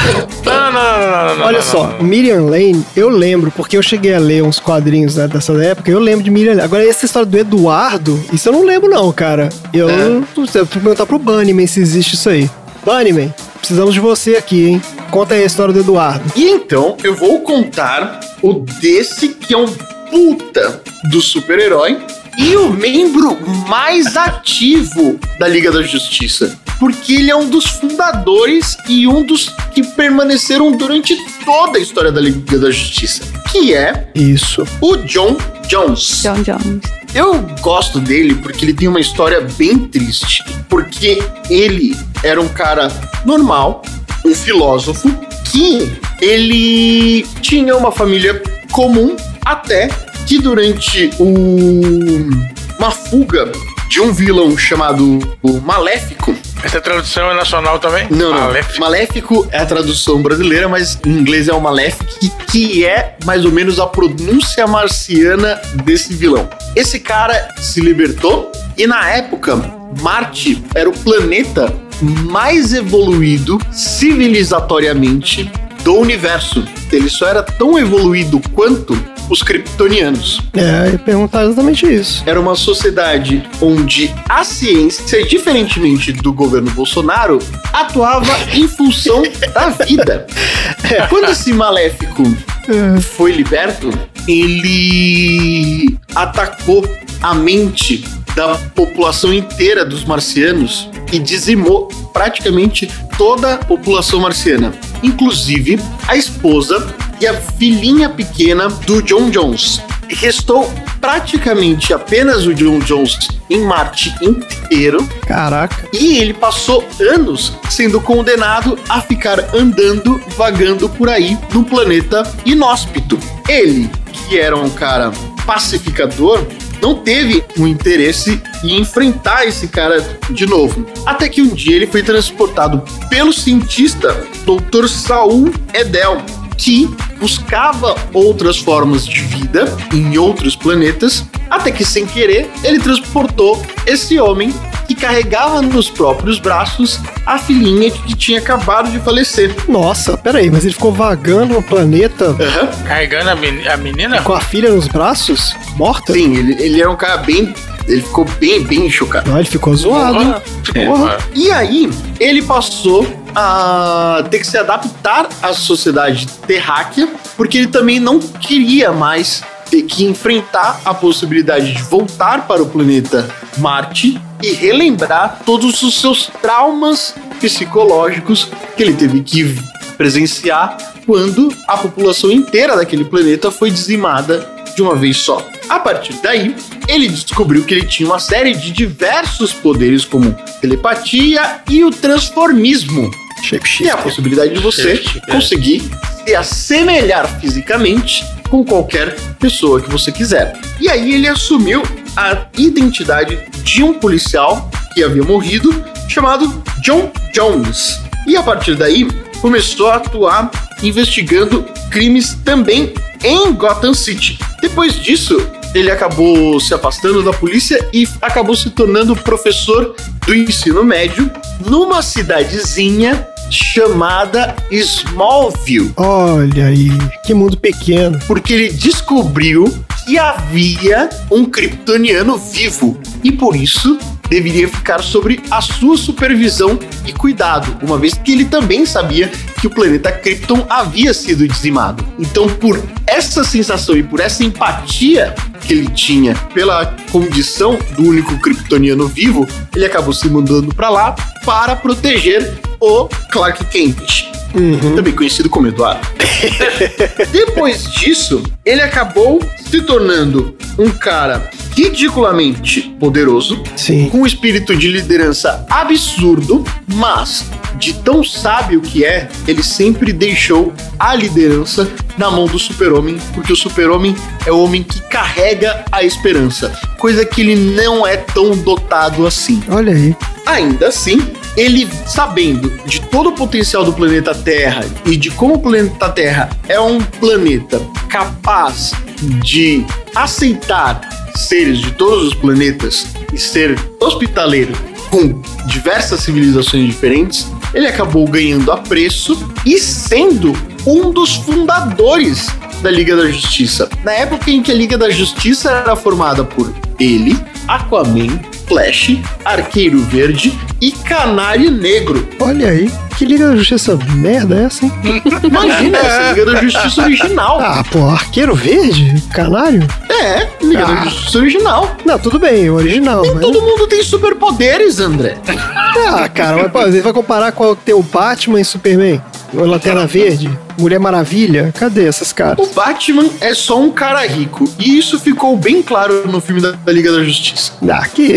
B: Não, não, não, não, não, não,
D: Olha
B: não,
D: só,
B: não, não.
D: Miriam Lane, eu lembro, porque eu cheguei a ler uns quadrinhos né, dessa época, eu lembro de Miriam Lane. Agora, essa história do Eduardo, isso eu não lembro, não, cara. Eu não sei, eu vou perguntar pro Bunnyman se existe isso aí. Bunnyman, precisamos de você aqui, hein? Conta aí a história do Eduardo.
H: E então eu vou contar o desse que é um puta do super-herói e o membro mais ativo da Liga da Justiça. Porque ele é um dos fundadores e um dos que permaneceram durante toda a história da Liga da Justiça, que é
D: Isso.
H: o John Jones.
C: John Jones.
H: Eu gosto dele porque ele tem uma história bem triste. Porque ele era um cara normal, um filósofo, que ele tinha uma família comum até que durante um- uma fuga de um vilão chamado o Maléfico.
B: Essa tradução é nacional também?
H: Não, não.
B: Aleph.
H: Maléfico é a tradução brasileira, mas em inglês é o Maléfico, que- que é mais ou menos a pronúncia marciana desse vilão. Esse cara se libertou e na época Marte era o planeta mais evoluído civilizatoriamente do universo. Ele só era tão evoluído quanto os kryptonianos
D: É, e perguntar exatamente isso.
H: era uma sociedade onde a ciência, diferentemente do governo Bolsonaro, atuava em função da vida. Quando esse maléfico foi liberto, ele atacou a mente da população inteira dos marcianos e dizimou praticamente toda a população marciana, inclusive a esposa e a filhinha pequena do John Jones. Restou praticamente apenas o John Jones em Marte inteiro
D: Caraca.
H: e ele passou anos sendo condenado a ficar andando, vagando por aí num planeta inóspito. Ele, que era um cara pacificador, não teve um interesse em enfrentar esse cara de novo. Até que um dia ele foi transportado pelo cientista Dr. Saul Edel, que buscava outras formas de vida em outros planetas, até que sem querer ele transportou esse homem que carregava nos próprios braços a filhinha que tinha acabado de falecer.
D: Nossa, peraí, mas ele ficou vagando no planeta
H: Aham.
B: Carregando a, meni- a menina?
D: com a filha nos braços? Morta?
H: Sim, ele, ele era um cara bem. Ele ficou bem, bem chocado.
D: Não, ele ficou zoado. hein?
B: Uhum.
D: Porra.
H: E aí, ele passou a ter que se adaptar à sociedade terráquea, porque ele também não queria mais ter que enfrentar a possibilidade de voltar para o planeta Marte e relembrar todos os seus traumas psicológicos que ele teve que presenciar quando a população inteira daquele planeta foi dizimada de uma vez só. A partir daí, ele descobriu que ele tinha uma série de diversos poderes, como telepatia e o transformismo, que é a possibilidade de você conseguir se assemelhar fisicamente com qualquer pessoa que você quiser. E aí ele assumiu a identidade de um policial que havia morrido, chamado John Jones. E a partir daí, começou a atuar investigando crimes também em Gotham City. Depois disso, ele acabou se afastando da polícia e acabou se tornando professor do ensino médio numa cidadezinha chamada Smallville,
D: Olha aí, que mundo pequeno.
H: porque ele descobriu que havia um kryptoniano vivo e por isso deveria ficar sobre a sua supervisão e cuidado, uma vez que ele também sabia que o planeta Krypton havia sido dizimado. Então, por essa sensação e por essa empatia que ele tinha pela condição do único kryptoniano vivo, ele acabou se mandando para lá para proteger o Clark Kent,
D: Uhum.
H: também conhecido como Eduardo. Depois disso, ele acabou se tornando um cara ridiculamente poderoso,
D: Sim.
H: com um espírito de liderança absurdo, mas de tão sábio que é, ele sempre deixou a liderança na mão do super-homem, porque o super-homem é o homem que carrega a esperança, coisa que ele não é tão dotado assim.
D: Olha aí.
H: Ainda assim, ele sabendo de todo o potencial do planeta Terra e de como o planeta Terra é um planeta capaz de aceitar seres de todos os planetas e ser hospitaleiro com diversas civilizações diferentes, ele acabou ganhando apreço e sendo um dos fundadores da Liga da Justiça. Na época em que a Liga da Justiça era formada por ele, Aquaman, Flash, Arqueiro Verde e Canário Negro.
D: Olha aí. Que liga da justiça merda é essa, hein?
H: Imagina essa É, Liga da Justiça original.
D: Ah, pô, arqueiro verde? Canário?
H: É, Liga
D: Ah. Uhum.
H: da Justiça original.
D: Não, tudo bem, é original, mas.
H: Todo mundo tem superpoderes, André.
D: Ah, cara, mas pô, você vai comparar com o teu Batman e Superman? Ou Lanterna Verde? Mulher Maravilha? Cadê essas
H: O
D: caras?
H: Batman é só um cara rico. E isso ficou bem claro no filme da, da Liga da Justiça.
D: Ah, que.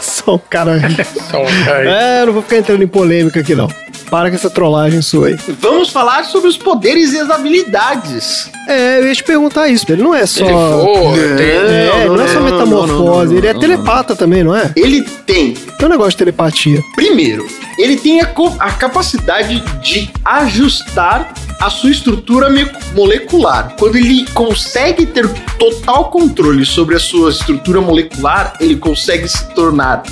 D: Só um cara.
B: Então, aí.
D: É, não vou ficar entrando em polêmica aqui, não. Para com essa trollagem sua aí.
H: Vamos falar sobre os poderes e as habilidades.
D: É, eu ia te perguntar isso. Ele não é só.
B: Ele voa,
H: É.
B: tem. um
D: É,
H: Não,
D: não,
H: não,
D: é só
H: não, não,
D: metamorfose,
H: não, não, não,
D: ele é
H: não,
D: telepata também, não é?
H: Ele tem
D: Tem um negócio de telepatia.
H: Primeiro, ele tem a, co- a capacidade de ajustar a sua estrutura me- molecular. Quando ele consegue ter total controle sobre a sua estrutura molecular, ele consegue se tornar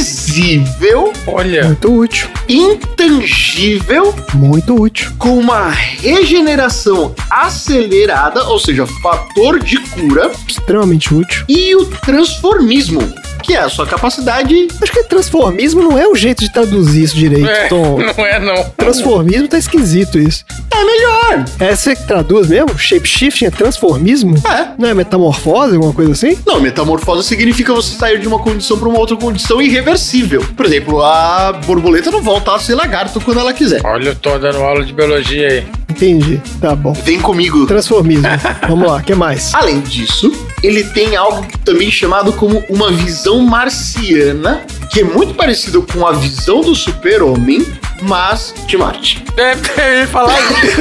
H: invisível,
B: Olha.
D: Muito útil.
H: intangível,
D: Muito útil.
H: com uma regeneração acelerada, ou seja, fator de cura,
D: Extremamente útil.
H: e o transformismo, que é a sua capacidade
D: Acho que transformismo não é o jeito de traduzir isso direito,
B: É,
D: Tom.
B: não é não.
D: Transformismo tá esquisito isso.
H: é melhor.
D: É você que traduz mesmo? Shapeshifting é transformismo?
H: É.
D: Não é metamorfose, alguma coisa assim?
H: Não, metamorfose significa você sair de uma condição para uma outra condição irreversível. Por exemplo, a borboleta não volta a ser lagarto quando ela quiser.
B: Olha, eu tô dando aula de biologia aí.
D: Entendi. Tá bom.
H: Vem comigo.
D: Transformismo. Vamos lá, o que mais?
H: Além disso, ele tem algo que também é chamado como uma visão marciana, que é muito parecido com a visão do super-homem, mas de Marte.
B: É, eu ia falar isso.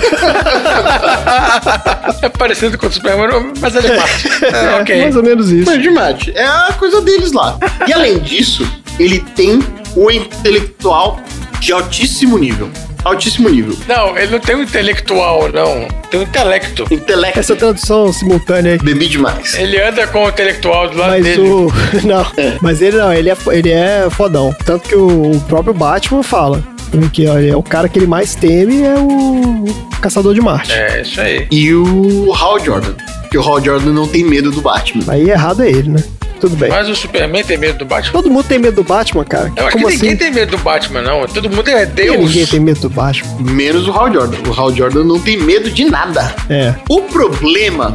B: É parecido com o Superman, mas é de parte. É, ok.
D: Mais ou menos isso.
H: Mas de Marte, é a coisa deles lá. E além disso, ele tem o intelectual de altíssimo nível. Altíssimo nível.
B: Não, ele não tem um intelectual, não. Tem um intelecto.
H: Intelecto.
D: Essa tradução simultânea aí.
H: Bebi demais.
B: Ele anda com o intelectual do lado
D: Mas
B: dele.
D: o. Não, mas ele não, ele é, ele é fodão. Tanto que o, o próprio Batman fala. Que ó, ele é o cara que ele mais teme é o, o Caçador de Marte.
B: É, isso aí.
H: e o Hal Jordan. Porque o Hal Jordan não tem medo do Batman.
D: Aí errado é ele, né? Tudo bem.
B: Mas o Superman tem medo do Batman.
D: Todo mundo tem medo do Batman, cara.
B: Eu acho
D: Como
B: que ninguém
D: assim?
B: tem medo do Batman, não. Todo mundo é Deus.
D: Ninguém tem medo do Batman.
H: Menos o Hal Jordan. O Hal Jordan não tem medo de nada.
D: É.
H: O problema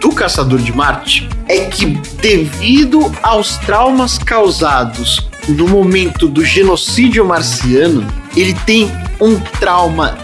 H: do Caçador de Marte é que, devido aos traumas causados no momento do genocídio marciano, ele tem um trauma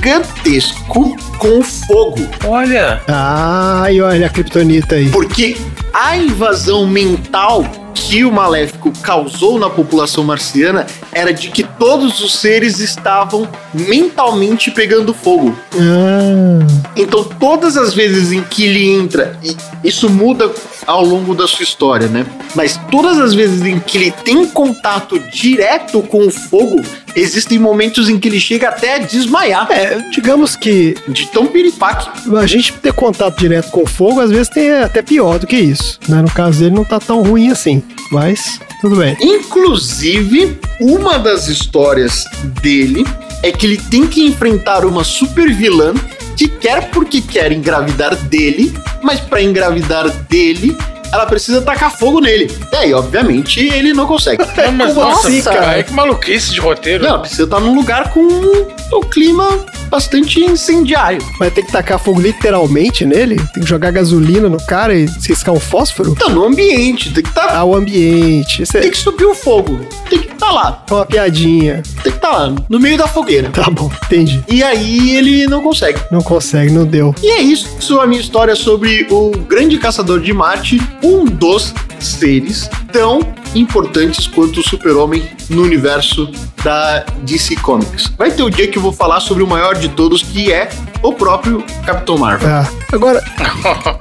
H: gigantesco com o fogo.
B: Olha.
D: Ah, e olha a Kryptonita aí.
H: Porque a invasão mental que o maléfico causou na população marciana era de que todos os seres estavam mentalmente pegando fogo.
D: Ah,
H: Então, todas as vezes em que ele entra, e isso muda ao longo da sua história, né? Mas todas as vezes em que ele tem contato direto com o fogo, existem momentos em que ele chega até a desmaiar
D: é, digamos que
H: de tão piripaque.
D: a gente ter contato direto com o fogo, às vezes tem é, até pior do que isso. Né? No caso dele, não tá tão ruim assim. Mas, tudo bem.
H: Inclusive, uma das histórias dele é que ele tem que enfrentar uma super vilã que quer porque quer engravidar dele, mas para engravidar dele, ela precisa tacar fogo nele. E aí, obviamente, ele não consegue.
B: Não, mas
D: Como
B: nossa,
D: assim,
B: cara?
D: cara?
H: tá
B: É que maluquice de roteiro.
H: Não, ela precisa estar num lugar com o clima bastante incendiário.
D: Mas tem que tacar fogo literalmente nele? Tem que jogar gasolina no cara e ciscar um fósforo?
H: Tá no ambiente, tem que tá.
D: Ah, o ambiente. Isso é
H: Tem que subir o fogo. Tem que tá lá.
D: uma piadinha.
H: Tem que tá lá. No meio da fogueira.
D: Tá bom, entendi.
H: E aí ele não consegue.
D: Não consegue, não deu.
H: E é isso, isso é a minha história sobre o grande caçador de Marte, um dos seres tão importantes quanto o super-homem no universo da DC Comics. Vai ter o dia que eu vou falar sobre o maior de todos, que é o próprio Capitão Marvel.
D: Ah, agora,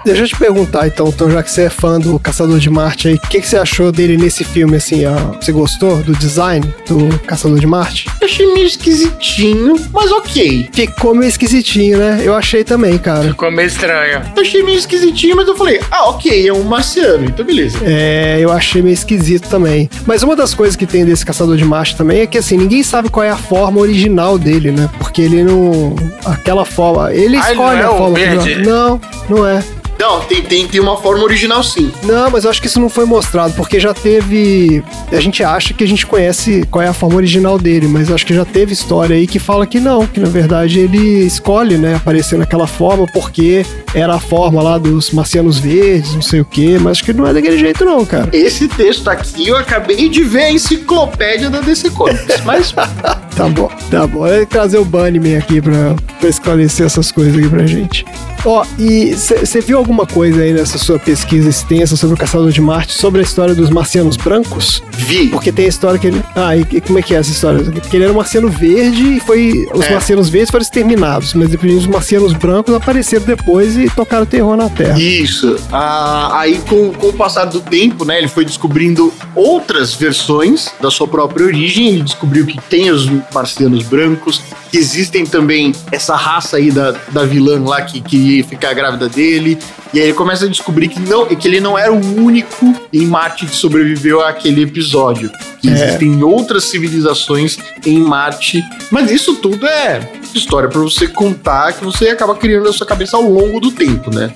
D: deixa eu te perguntar então, Tom, já que você é fã do Caçador de Marte aí, o que, que você achou dele nesse filme, assim, ó? Você gostou do design do Caçador de Marte?
H: Eu achei meio esquisitinho, mas ok.
D: Ficou meio esquisitinho, né? Eu achei também, cara.
B: Ficou meio estranho.
H: Eu achei meio esquisitinho, mas eu falei, ah, ok, é um marciano, então beleza.
D: É, eu achei meio esquisito também. Mas uma das coisas que tem desse Caçador de Marte também é que, assim, ninguém sabe qual é a forma original dele, né? Porque ele não... Aquela forma... Ele
B: Ah, ele
D: escolhe
B: não é
D: a
B: o
D: forma...
B: verde?
D: original. Não, não é.
H: Não, tem, tem, tem uma forma original sim.
D: Não, mas eu acho que isso não foi mostrado, porque já teve. A gente acha que a gente conhece qual é a forma original dele, mas eu acho que já teve história aí que fala que não, que na verdade ele escolhe, né, aparecer naquela forma, porque era a forma lá dos marcianos verdes, não sei o quê, mas acho que não é daquele jeito, não, cara.
H: Esse texto aqui eu acabei de ver a enciclopédia da DC Comics, mas
D: Tá bom, tá bom. Eu ia trazer o Bunnyman aqui pra, pra esclarecer essas coisas aqui pra gente. Ó, e você viu alguma coisa aí nessa sua pesquisa extensa sobre o Caçador de Marte, sobre a história dos marcianos brancos?
H: vi.
D: Porque tem a história que ele. Ah, e, e como é que é essa história? Porque ele era um marciano verde e foi. Os
H: É.
D: marcianos verdes foram exterminados, mas depois os marcianos brancos apareceram depois e tocaram terror na Terra.
H: Isso. Ah, aí, com, com o passar do tempo, né, ele foi descobrindo outras versões da sua própria origem. Ele descobriu que tem os marcianos brancos, que existem também essa raça aí da, da vilã lá que queria ficar grávida dele. E aí ele começa a descobrir que, não, que ele não era o único em Marte que sobreviveu àquele episódio. Que existem outras civilizações em Marte. Mas isso tudo é história pra você contar que você acaba criando na sua cabeça ao longo do tempo, né?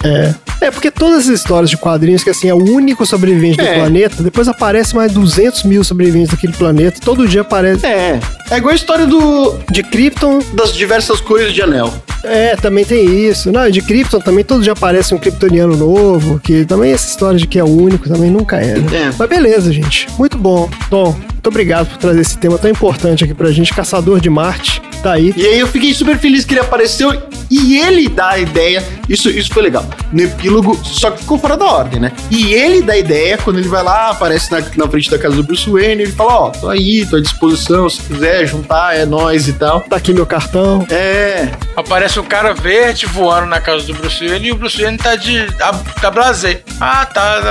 D: É, porque todas as histórias de quadrinhos, que assim, é o único sobrevivente do
H: É.
D: planeta, depois aparece mais 200 mil sobreviventes daquele planeta, todo dia aparece.
H: É. É igual a história do,
D: De Krypton,
H: das diversas cores de anel.
D: é, também tem isso. Não, e de Krypton também todo dia aparece um kryptoniano novo, que também essa história de que é o único também nunca é. né?
H: É.
D: Mas beleza, gente. Muito bom. Tom, muito obrigado por trazer esse tema tão importante aqui pra gente. Caçador de Marte, tá aí.
H: E aí eu fiquei super feliz que ele apareceu e ele dá a ideia. Isso, isso foi legal. No epílogo, só que ficou fora da ordem, né? E ele dá a ideia quando ele vai lá, aparece na, na frente da casa do Bruce Wayne, ele fala, ó, tô aí, tô à disposição, se quiser juntar, é nós e tal.
D: Tá aqui meu cartão.
H: É,
B: Aparece um cara verde voando na casa do Bruce Wayne e o Bruce Wayne tá de. tá, tá blasé. Ah, tá.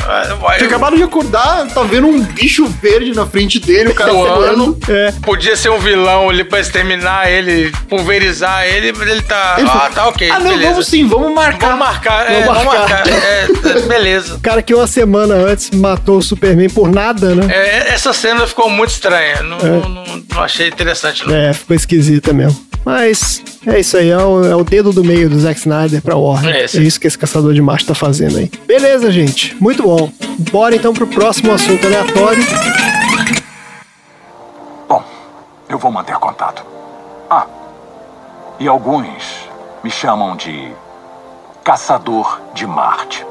B: não, ah,
H: que
B: eu-
H: acabaram de acordar, tá vendo um bicho verde na frente dele, o cara
B: Voando.
H: voando.
D: É,
B: Podia ser um vilão ali pra exterminar ele, pulverizar ele, mas ele tá.
H: Ele
B: ah,
H: falou,
B: tá ok.
H: ah, não,
B: beleza.
H: vamos sim, vamos marcar.
B: Vamos marcar, é,
D: Vamos
B: vamos marcar. É, é, beleza.
D: o cara que uma semana antes matou o Superman por nada, né?
B: É, essa cena ficou muito estranha. Não, não, não- não achei interessante, não.
D: É, ficou esquisita mesmo. Mas é isso aí, é o, é o dedo do meio do Zack Snyder pra Warner.
B: É
D: É,
B: esse.
D: isso que esse caçador de macho tá fazendo aí. Beleza, gente. Muito bom. Bora então pro próximo assunto aleatório.
G: Bom, eu vou manter contato. Ah, e alguns me chamam de Caçador de Marte.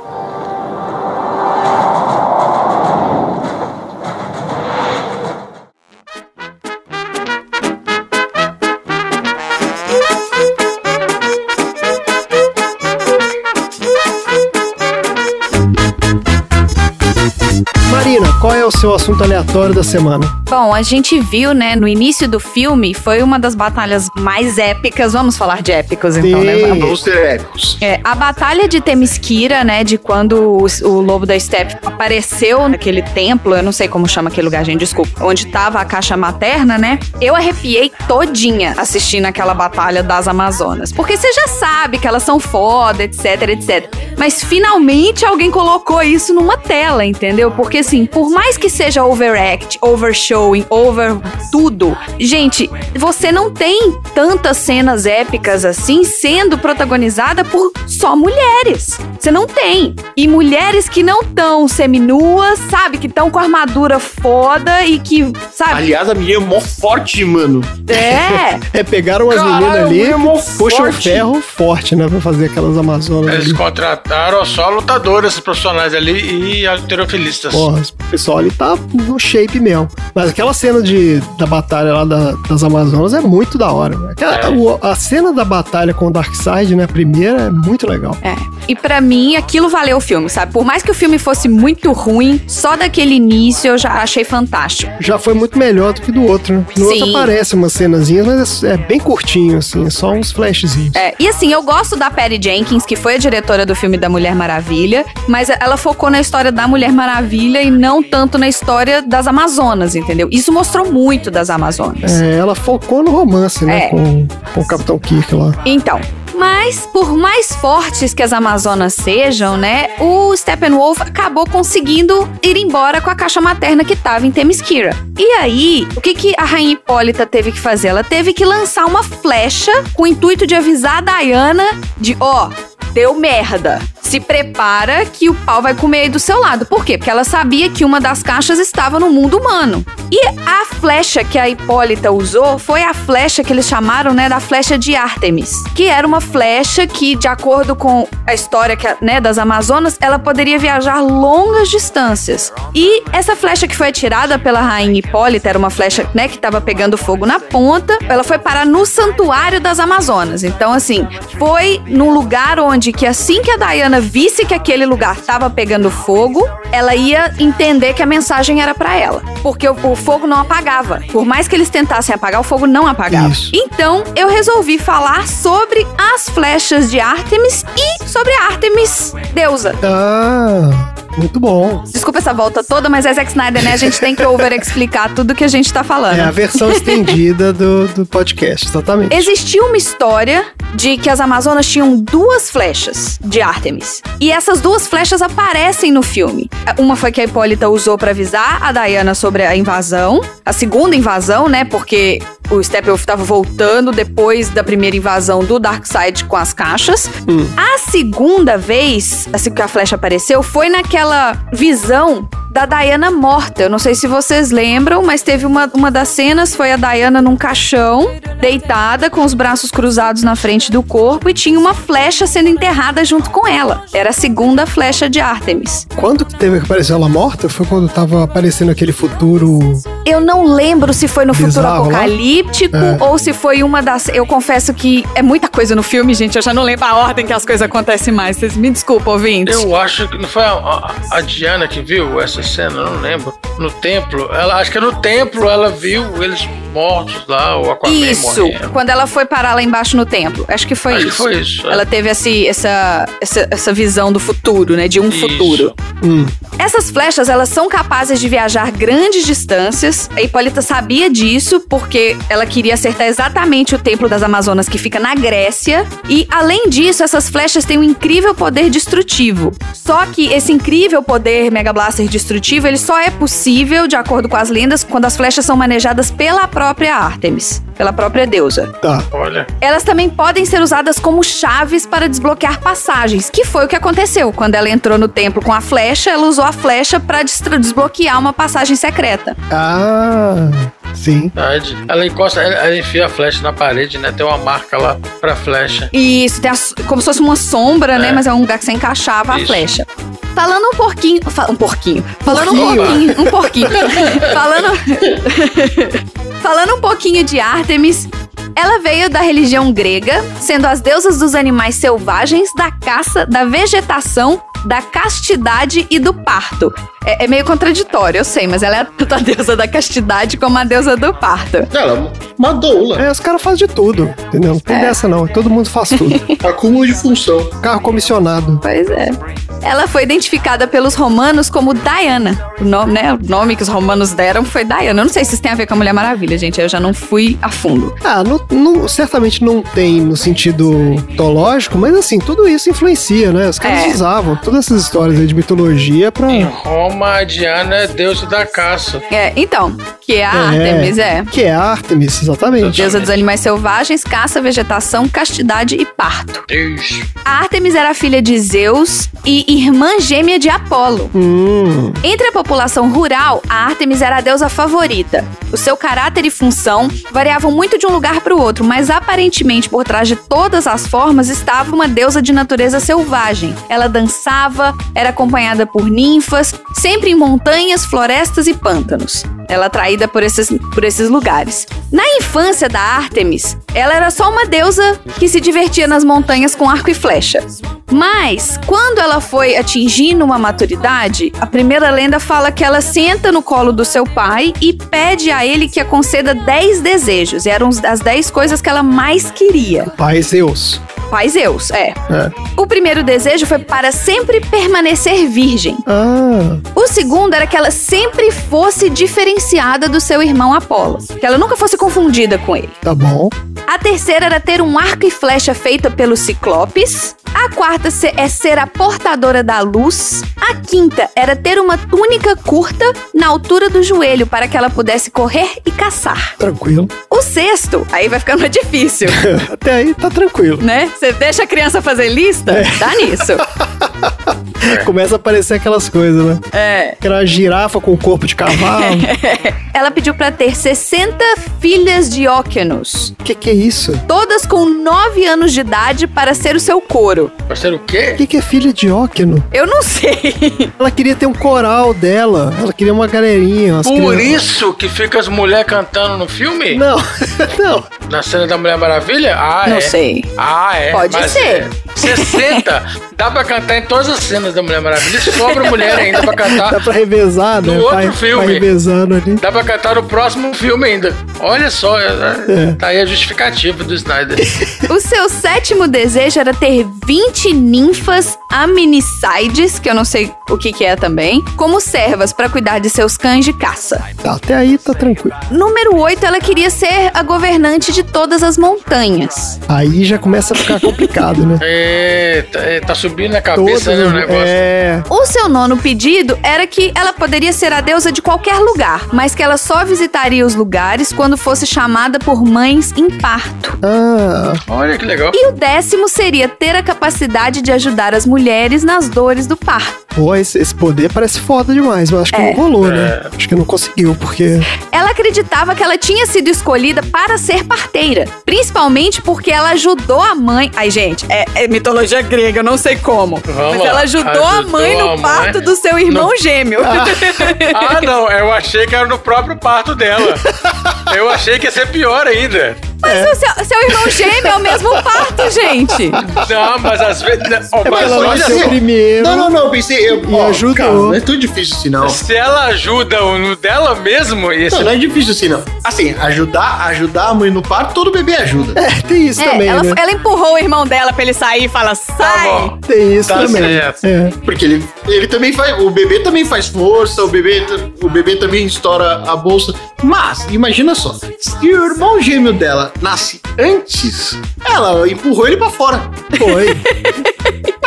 D: Marina, qual é o seu assunto aleatório da semana?
C: Bom, a gente viu, né, no início do filme, foi uma das batalhas mais épicas. Vamos falar de épicos, então, né?
D: Sim.
H: Vamos ser épicos.
C: É, a batalha de Temiskira, né, de quando o, o lobo da steppe apareceu naquele templo, eu não sei como chama aquele lugar, gente, desculpa, onde tava a caixa materna, né? Eu arrepiei todinha assistindo aquela batalha das Amazonas. Porque você já sabe que elas são foda, etc, etc. Mas finalmente alguém colocou isso numa tela, entendeu? Porque assim, por mais mais que seja overact, overshowing, over tudo, gente, você não tem tantas cenas épicas assim sendo protagonizada por só mulheres. Você não tem. E mulheres que não tão seminuas, sabe? Que estão com armadura foda e que, sabe?
H: Aliás, a menina é mó forte, mano.
C: É.
D: É, pegaram as
H: Caralho,
D: meninas ali,
H: mulher mó
D: puxam o
H: forte.
D: ferro forte, né? Pra fazer aquelas Amazonas
B: Eles
D: ali.
B: contrataram só lutadoras profissionais ali e alterofilistas.
D: Porra, o pessoal ali tá no shape mesmo. Mas aquela cena de, da batalha lá da- das Amazonas é muito da hora. né? Aquela-
B: É.
D: o- a cena da batalha com o Darkseid, né? A primeira é muito legal.
C: É. E pra mim, aquilo valeu o filme, sabe? Por mais que o filme fosse muito ruim, só daquele início eu já achei fantástico.
D: Já foi muito melhor do que do outro, né? No outro
C: Sim.
D: aparece umas cenazinhas, mas é, é bem curtinho, assim, só uns flashzinhos.
C: É, e assim, eu gosto da Patty Jenkins, que foi a diretora do filme da Mulher Maravilha, mas ela focou na história da Mulher Maravilha e não tanto na história das Amazonas, entendeu? Isso mostrou muito das Amazonas.
D: É, ela focou no romance, né?
C: É.
D: Com, com o Capitão Kirk lá.
C: Então, mas por mais fortes que as Amazonas sejam, né, o Steppenwolf acabou conseguindo ir embora com a caixa materna que tava em Themyscira. E aí, o que, que a Rainha Hipólita teve que fazer? Ela teve que lançar uma flecha com o intuito de avisar a Diana de, ó, deu merda. Se prepara que o pau vai comer aí do seu lado. Por quê? Porque ela sabia que uma das caixas estava no mundo humano. E a flecha que a Hipólita usou foi a flecha que eles chamaram, né, da flecha de Artemis, que era uma flecha que, de acordo com a história que, a- né, das Amazonas, ela poderia viajar longas distâncias. E essa flecha que foi atirada pela rainha Hipólita era uma flecha, né, que estava pegando fogo na ponta. Ela foi parar no santuário das Amazonas. Então, assim, foi num lugar onde que assim que a Diana visse que aquele lugar estava pegando fogo, ela ia entender que a mensagem era para ela, porque o, o fogo não apagava. Por mais que eles tentassem apagar, o fogo não apagava.
D: Isso.
C: Então, eu resolvi falar sobre as flechas de Artemis e sobre a Artemis deusa.
D: Ah, muito bom.
C: Desculpa essa volta toda, mas é Zack Snyder, né? A gente tem que over-explicar tudo que a gente tá falando.
D: É a versão estendida do, do podcast, exatamente.
C: Existia uma história de que as Amazonas tinham duas flechas de Artemis. E essas duas flechas aparecem no filme. Uma foi que a Hipólita usou pra avisar a Diana sobre a invasão, a segunda invasão, né? Porque o Steppenwolf tava voltando depois da primeira invasão do Darkseid com as caixas. A segunda vez, assim que a flecha apareceu, foi naquela visão da Diana morta. Eu não sei se vocês lembram, mas teve uma, uma das cenas, foi a Diana num caixão, deitada, com os braços cruzados na frente do corpo, e tinha uma flecha sendo enterrada junto com ela. Era a segunda flecha de Artemis.
D: Quando que teve que aparecer ela morta? Foi quando tava aparecendo aquele futuro.
C: Eu não lembro se foi no futuro
D: Bizarro, né?
C: apocalíptico ou se foi uma das. Eu confesso que é muita coisa no filme, gente. Eu já não lembro a ordem que as coisas acontecem mais. Vocês me desculpam, ouvintes.
B: Eu acho que não foi a, a- a Diana que viu essa cena, eu não lembro. No templo, ela acho que é no templo ela viu eles mortos lá, o Aquaman
C: Isso,
B: morrendo.
C: quando ela foi parar lá embaixo no templo. Acho que foi
B: Acho
C: isso.
B: que foi isso. é.
C: Ela teve esse- essa, essa, essa visão do futuro, né? De um
B: Isso.
C: futuro.
D: Hum,
C: Essas flechas, elas são capazes de viajar grandes distâncias. A Hipólita sabia disso porque ela queria acertar exatamente o Templo das Amazonas que fica na Grécia. E, além disso, essas flechas têm um incrível poder destrutivo. Só que esse incrível poder Mega Blaster destrutivo, ele só é possível, de acordo com as lendas, quando as flechas são manejadas pela própria Artemis, pela própria deusa.
D: tá.
B: Olha,
C: Elas também podem ser usadas como chaves para desbloquear passagens, que foi o que aconteceu. Quando ela entrou no templo com a flecha, ela usou a flecha para desbloquear uma passagem secreta.
D: Ah, sim.
B: verdade. Ela encosta, ela, ela enfia a flecha na parede, né? Tem uma marca lá pra flecha.
C: E Isso, tem a s- como se fosse uma sombra, né? Mas é um lugar que você encaixava a
B: Isso.
C: flecha. Falando um porquinho. fa- um porquinho. Falando
B: Porquinho.
C: um porquinho. Um porquinho. Falando. Falando um pouquinho de Artemis. Ela veio da religião grega, sendo as deusas dos animais selvagens, da caça, da vegetação, da castidade e do parto. É, é meio contraditório, eu sei, mas ela é tanto a deusa da castidade como a deusa do parto.
H: Ela é uma doula.
D: É, os caras fazem de tudo,
C: É.
D: entendeu? Não tem dessa não. Todo mundo faz tudo.
H: Acúmulo de função.
D: Carro comissionado.
C: Pois é. Ela foi identificada pelos romanos como Diana. O nome, né, o nome que os romanos deram foi Diana. Eu não sei se isso tem a ver com a Mulher Maravilha, gente. Eu já não fui a fundo.
D: Ah, não- não- certamente não tem no sentido mitológico, mas assim, tudo isso influencia, né? Os caras
C: É.
D: usavam todas essas histórias aí de mitologia pra.
B: Em Roma, a Diana é deusa da caça.
C: É, então, que é a
D: É.
C: Artemis, é.
D: Que é Artemis, exatamente.
C: Deusa dos animais selvagens, caça, vegetação, castidade e parto.
B: Deus.
C: A Artemis era filha de Zeus e irmã gêmea de Apolo.
D: Hum,
C: Entre a população rural, a Artemis era a deusa favorita. O seu caráter e função variavam muito de um lugar para o outro, mas aparentemente por trás de todas as formas estava uma deusa de natureza selvagem. Ela dançava, era acompanhada por ninfas, sempre em montanhas, florestas e pântanos. Ela é atraída por esses, por esses lugares. Na infância da Artemis, ela era só uma deusa que se divertia nas montanhas com arco e flecha. Mas, quando ela foi atingindo uma maturidade, a primeira lenda fala que ela senta no colo do seu pai e pede a ele que a conceda 10 desejos. E eram as 10 coisas que ela mais queria.
D: pai Zeus.
C: Pai Zeus, é.
D: É.
C: O primeiro desejo foi para sempre permanecer virgem.
D: Ah,
C: O segundo era que ela sempre fosse diferenciada do seu irmão Apolo, que ela nunca fosse confundida com ele.
D: tá bom.
C: A terceira era ter um arco e flecha feita pelos ciclopes. A quarta se- é ser a portadora da luz. A quinta era ter uma túnica curta na altura do joelho para que ela pudesse correr e caçar.
D: Tranquilo.
C: O sexto, aí vai ficando mais difícil,
D: Até aí tá tranquilo.
C: né? Você deixa a criança fazer lista? Dá nisso.
D: Começa a aparecer aquelas coisas, né?
C: É.
D: Aquela girafa com o corpo de cavalo.
C: Ela pediu para ter 60 filhas de Óquenos,
D: O que, que é isso? O
C: todas com 9 anos de idade para ser o seu couro.
B: Vai ser o quê?
D: que, que é filha de Óqueno?
C: Eu não sei.
D: Ela queria ter um coral dela. Ela queria uma galerinha. Umas
B: Por
D: crianças.
B: isso que fica as mulheres cantando no filme?
D: Não, não.
B: Na cena da Mulher Maravilha? Ah,
C: não
B: é.
C: sei.
B: Ah, é.
C: Pode
B: mas
C: ser.
B: É. 60. Dá pra cantar em todas as cenas da Mulher Maravilha. E sobra mulher ainda pra
D: Dá
B: cantar.
D: pra revezar, né?
B: No Tá. outro
D: vai,
B: filme.
D: vai revezando ali.
B: Dá pra cantar no próximo filme ainda. Olha só, é- tá aí a justificativa do Snyder.
C: O seu sétimo desejo era ter 20 ninfas aminicides, que eu não sei o que, que é também, como servas para cuidar de seus cães de caça.
D: Tá, até aí tá tranquilo.
C: Número 8, ela queria ser a governante de todas as montanhas.
D: Aí já começa a ficar complicado, né?
B: Eita, é, tá subindo na cabeça né, o negócio.
D: É.
C: O seu nono pedido era que ela poderia ser a deusa de qualquer lugar, mas que ela só visitaria os lugares quando fosse chamada por mães em parto.
D: Ah,
B: Olha que legal.
C: E o décimo seria ter a capacidade de ajudar as mulheres nas dores do parto.
D: pô, esse, esse poder parece foda demais, mas acho que
C: É.
D: não rolou,
B: É.
D: né? Acho que não conseguiu, porque.
C: Ela acreditava que ela tinha sido escolhida para ser parteira, principalmente porque ela ajudou a mãe. Ai, gente, é, é mitologia grega, eu não sei como.
B: Vamos
C: mas ela
B: lá.
C: ajudou, a
B: Ajudou
C: mãe no
B: a mãe.
C: parto do seu irmão gêmeo.
B: Ah, não, eu achei que era no próprio parto dela. Eu achei que ia ser pior ainda.
C: mas o seu, seu irmão gêmeo é o mesmo parto, gente.
B: Não, mas às vezes. Não, ó,
H: mas
B: mas
D: Ela
H: olha
B: olha
D: nasceu
H: só.
D: primeiro.
H: Não, não, não, eu pensei. Eu,
D: E ajudou.
H: cara, não é tão difícil assim, não.
B: só. Se ela ajuda o no dela mesmo, isso
H: Não, não é difícil assim, não. Assim, ajudar, ajudar a mãe no parto, todo bebê ajuda.
D: É, tem isso
C: É,
D: também,
C: ela,
D: né?
C: ela empurrou o irmão dela pra ele sair e fala:
B: tá
C: sai!
B: bom.
D: Tem isso
B: Tá
D: também.
B: certo.
D: É.
H: Porque ele, ele também faz. O bebê também faz força, o bebê, o bebê também estoura a bolsa. Mas, imagina só, se o irmão gêmeo dela nasce antes, ela empurrou ele pra fora.
D: Foi.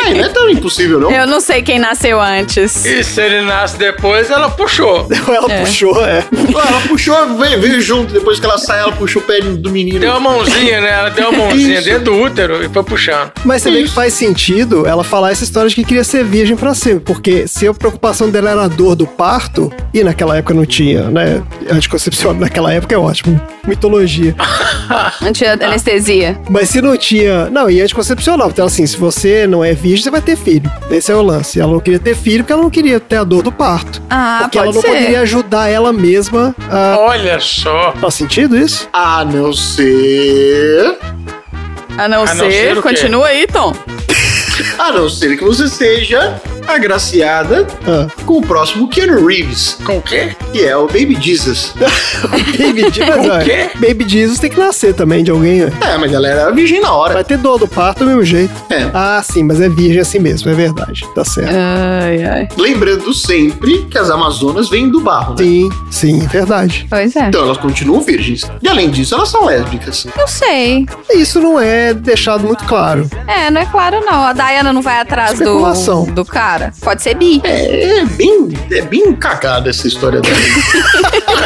H: Aí não é tão impossível, não.
C: Eu não sei quem nasceu antes.
B: E se ele nasce depois, ela puxou.
D: ela puxou, é.
H: Ela puxou, veio, veio junto, depois que ela sai, ela puxou o pé do menino.
B: Deu a mãozinha, né? Ela deu a mãozinha
H: Isso.
B: dentro do útero e foi puxando.
D: Mas você vê que faz sentido ela falar essa história de que queria ser virgem pra sempre, porque se a preocupação dela era a dor do parto, e naquela época não tinha, né? Anticoncepcional naquela época é ótimo. Mitologia.
C: Anti anestesia.
D: Mas se não tinha. Não, e anticoncepcional. Então, assim, se você não é virgem, você vai ter filho. Esse é o lance. Ela não queria ter filho porque ela não queria ter a dor do parto.
C: Ah,
D: porque
C: pode
D: ela não
C: ser.
D: poderia ajudar ela mesma a.
B: Olha só.
D: Faz sentido isso?
H: A não ser.
C: A não,
B: A não
C: ser.
B: ser o quê?
C: continua aí, Tom.
H: A não ser que você seja agraciada
D: Ah.
H: com o próximo Keanu Reeves,
B: Com o quê?
H: que é o Baby Jesus.
D: Baby Jesus, mas, olha,
B: quê?
D: Baby Jesus tem que nascer também de alguém, né? ó.
H: É, mas ela era virgem na hora.
D: Vai ter dor do parto do mesmo jeito.
H: É.
D: Ah, sim, mas é virgem assim mesmo, é verdade. Tá certo.
C: Ai, ai.
H: Lembrando sempre que as Amazonas vêm do barro, né?
D: Sim, sim, verdade.
C: Pois é.
H: Então elas continuam virgens. E além disso, elas são lésbicas.
C: Não sei.
D: Isso não é deixado muito claro.
C: É, não é claro não. A Diana não vai atrás do,
D: Especulação.
C: do cara. Pode ser bi.
H: É, é bem, é bem cagada essa história dela.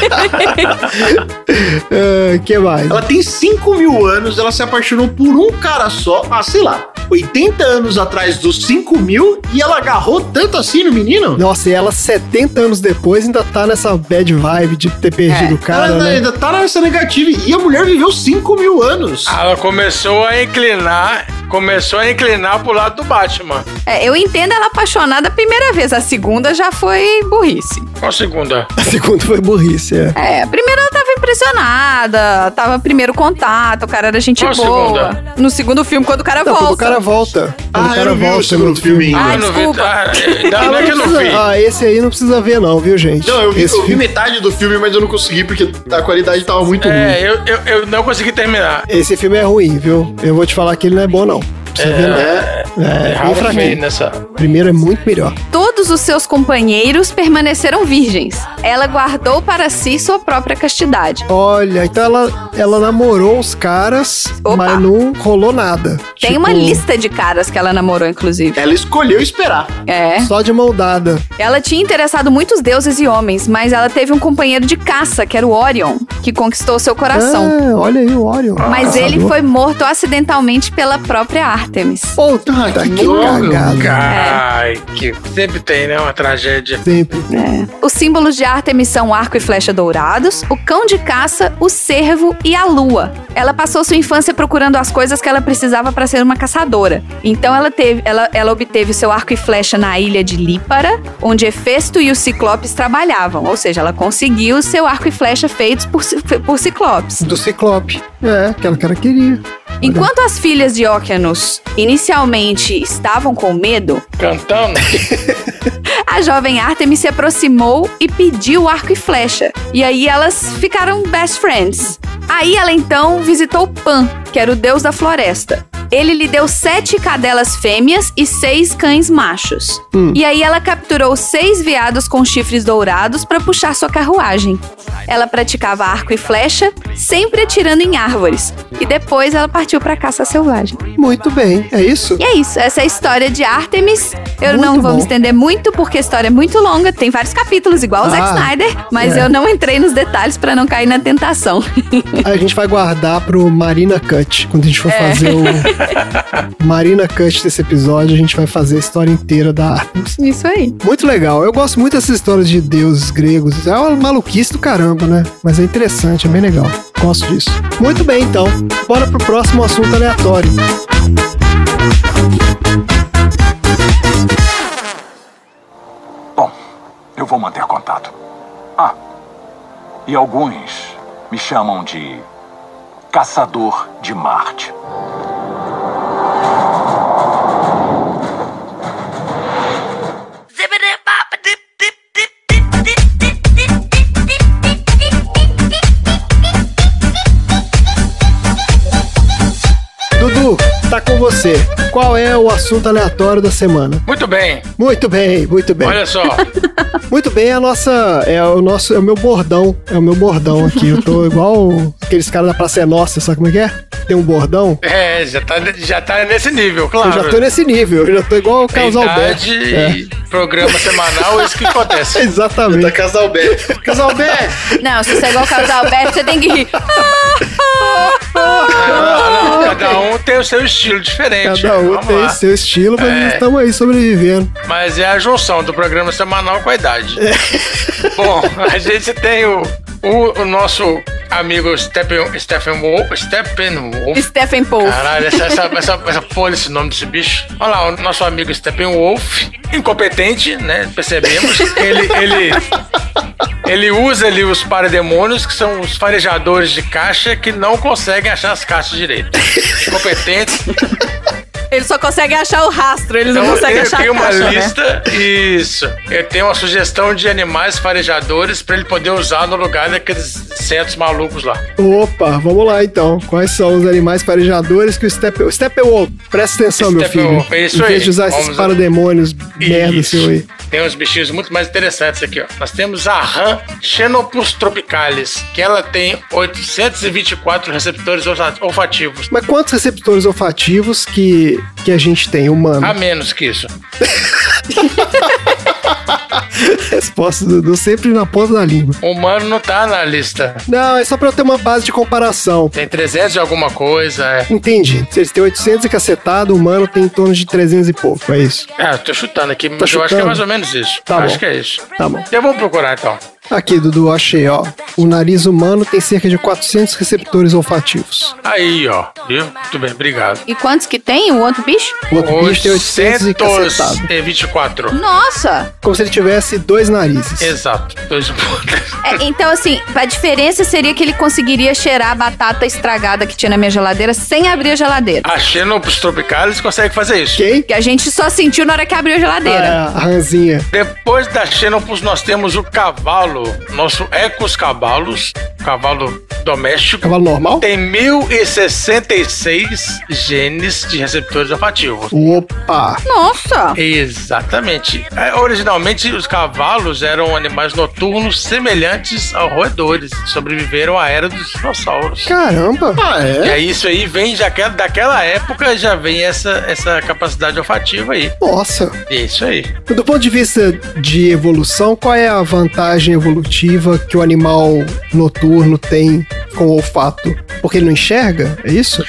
D: O Ah, que mais?
H: Ela tem 5 mil anos, ela se apaixonou por um cara só, ah, sei lá, 80 anos atrás dos 5 mil e ela agarrou tanto assim no menino?
D: Nossa, e ela 70 anos depois ainda tá nessa bad vibe de ter perdido
C: É.
D: o cara,
H: ela
D: né?
H: ainda tá nessa negativa e a mulher viveu 5 mil anos.
D: Ah,
B: Ela começou a inclinar, começou a inclinar pro lado do Batman.
C: É, eu entendo ela apaixonada a primeira vez. A segunda já foi burrice.
B: Qual a segunda?
D: A segunda foi burrice, é.
C: É, a primeira ela tava impressionada. Tava primeiro contato, o cara era gente
B: Qual a
C: boa.
B: segunda?
C: No segundo filme, quando o cara
D: Não,
C: volta.
D: quando o cara volta. Quando o cara volta um no
B: Ah,
C: Ah,
B: não vi.
C: desculpa.
B: Ah, é, não, não é que eu não vi.
D: Ah, esse aí não precisa ver, não, viu, gente?
H: Ah, Não, eu vi,
D: esse
H: eu vi
D: filme,
H: metade do filme, mas eu não consegui porque a qualidade tava muito ruim.
B: É, eu, eu, eu não consegui terminar.
D: esse filme é ruim, viu? Eu vou te falar que ele não é bom, não. Não Precisa ver, não.
H: É,
D: É, bem
B: Ralph
D: fraquinho.
B: nessa.
D: O primeiro é muito melhor.
C: Todos os seus companheiros permaneceram virgens. Ela guardou para si sua própria castidade.
D: Olha, então ela, ela namorou os caras,
C: Opa.
D: mas não rolou nada.
C: Tem
D: Tipo,
C: uma lista de caras que ela namorou, inclusive.
H: Ela escolheu esperar.
C: É.
D: Só de mão dada.
C: Ela tinha interessado muitos deuses e homens, mas ela teve um companheiro de caça, que era o Orion, que conquistou seu coração.
D: Ah, olha aí o Orion. Ah, tá
C: Mas ele
D: Caçador.
C: foi morto acidentalmente pela própria Artemis.
D: Puta
H: Ah,
D: que,
H: que louco,
D: tá cagada.
B: Ai, que sempre tem, né? Uma tragédia.
D: Sempre.
C: Os símbolos de Artemis são o arco e flecha dourados, o cão de caça, o cervo e a lua. Ela passou sua infância procurando as coisas que ela precisava para ser uma caçadora. Então ela teve, ela, ela obteve seu arco e flecha na ilha de Lípara, onde Hefesto e os Ciclopes trabalhavam. Ou seja, ela conseguiu seu arco e flecha feitos por, ci- por Ciclopes.
D: Do Ciclope. É, aquela cara queria.
C: Enquanto as filhas de Óquianos inicialmente estavam com medo,
B: Cantando?
C: a jovem Artemis se aproximou e pediu o arco e flecha. E aí elas ficaram best friends. Aí ela então visitou Pan, que era o deus da floresta. Ele lhe deu sete cadelas fêmeas e seis cães machos. E aí ela capturou seis veados com chifres dourados para puxar sua carruagem. Ela praticava arco e flecha, sempre atirando em árvores. E depois ela partiu para caça selvagem.
D: Muito bem, é isso?
C: E é isso, essa é a história de Artemis. Eu
D: Muito
C: não vou me
D: bom.
C: estender muito porque a história é muito longa, tem vários capítulos, igual o Zack
D: Ah,
C: Snyder, mas
D: é.
C: eu não entrei nos detalhes pra não cair na tentação.
D: A gente vai guardar pro Marina Cut. Quando a gente for
C: É.
D: fazer o Marina Cut desse episódio, a gente vai fazer a história inteira da Artemis.
C: Isso aí.
D: Muito legal. Eu gosto muito dessas histórias de deuses gregos. É uma maluquice do caramba, né? Mas é interessante, é bem legal. Gosto disso. Muito bem, então. Bora pro próximo assunto aleatório.
G: Bom, eu vou manter contato. Ah, e alguns me chamam de Caçador de Marte.
D: Dudu, tá com você. Qual é o assunto aleatório da semana?
B: Muito bem.
D: Muito bem, muito bem.
B: Olha só.
D: Muito bem, é a nossa. É o nosso. É o meu bordão. É o meu bordão aqui. Eu tô igual aqueles caras da Praça é Nossa, sabe como é que é? Tem um bordão.
B: É, já tá, já tá nesse nível,
D: Eu
B: claro.
D: já tô nesse nível, eu já tô igual o Carlos Alberto.
B: Idade e programa semanal, é isso que acontece.
D: Exatamente.
H: Casalberto. Casalberto!
C: Não, se você é igual o Carlos Alberto, você tem que rir.
B: Não, não, cada um tem o seu estilo diferente.
D: Cada um
B: É, Vamos
D: tem
B: lá. É.
D: seu estilo, mas estamos aí sobrevivendo.
B: Mas é a junção do programa semanal com a idade.
D: É.
B: Bom, a gente tem o, o, o nosso amigo Stephen, Stephen, Wolf, Stephen Wolf.
C: Stephen Paul.
B: Caralho, essa, essa, essa, essa porra, esse nome desse bicho. Olha lá, o nosso amigo Steppenwolf, incompetente, né? Percebemos. Ele, ele, ele usa ali os parademônios, que são os farejadores de caixa que não conseguem achar as caixas direito. Incompetentes.
C: Ele só consegue achar o rastro, eles não
B: Então,
C: conseguem
B: eu
C: achar
B: tenho
C: a
B: uma
C: caixa, né?
B: lista, isso. Eu tenho uma sugestão de animais farejadores pra ele poder usar no lugar daqueles insetos malucos lá.
D: Opa, vamos lá então. Quais são os animais farejadores que o Step... o Steppenwolf, presta atenção, meu filho.
B: Steppenwolf, é isso
D: em vez
B: aí.
D: de usar esses
B: Vamos lá.
D: parademônios merda
B: Isso.
D: seu aí.
B: Tem uns bichinhos muito mais interessantes aqui, ó. Nós temos a rã Xenopus tropicalis, que ela tem 824 receptores olfa- olfativos.
D: Mas quantos receptores olfativos que, que a gente tem, humano?
B: A menos que isso.
D: Resposta do, do sempre na ponta da língua.
B: O humano não tá na lista.
D: Não, é só pra eu ter uma base de comparação.
B: Tem 300 e alguma coisa, é.
D: Entende? Se eles têm 800 e cacetado, o humano tem em torno de 300 e pouco, é isso.
B: Ah, eu tô chutando aqui, mas eu
D: Tá chutando?
B: acho que é mais ou menos isso.
D: Tá
B: acho
D: bom.
B: que é isso.
D: Tá bom.
B: Então vamos procurar então.
D: Aqui, Dudu, achei, ó. O nariz humano tem cerca de 400 receptores olfativos.
B: Aí, ó. Viu? Muito bem, obrigado.
C: E quantos que tem o outro bicho?
D: O outro bicho tem 800 e cacetado.
B: 824.
C: Nossa!
D: Como se ele tivesse dois narizes.
B: Exato. Dois pontos.
C: É, então, assim, a diferença seria que ele conseguiria cheirar a batata estragada que tinha na minha geladeira sem abrir a geladeira.
B: A Xenopus tropicalis consegue fazer isso.
D: Quem?
C: Que a gente só sentiu na hora que abriu a geladeira.
D: Ah, a ranzinha.
B: Depois da Xenopus, nós temos o cavalo, nosso Ecos Cavalos, cavalo doméstico.
D: Cavalo É normal?
B: Tem 1066 genes de receptores olfativos.
D: Opa!
C: Nossa!
B: Exatamente. É, Originalmente, os cavalos eram animais noturnos semelhantes a roedores. Sobreviveram à era dos dinossauros.
D: Caramba!
H: Ah,
B: E
H: é?
B: aí, isso aí vem já que- é daquela época, já vem essa, essa capacidade olfativa aí.
D: Nossa!
B: É isso aí.
D: Do ponto de vista de evolução, qual é a vantagem evolutiva que o animal noturno tem com o olfato? Porque ele não enxerga? É isso?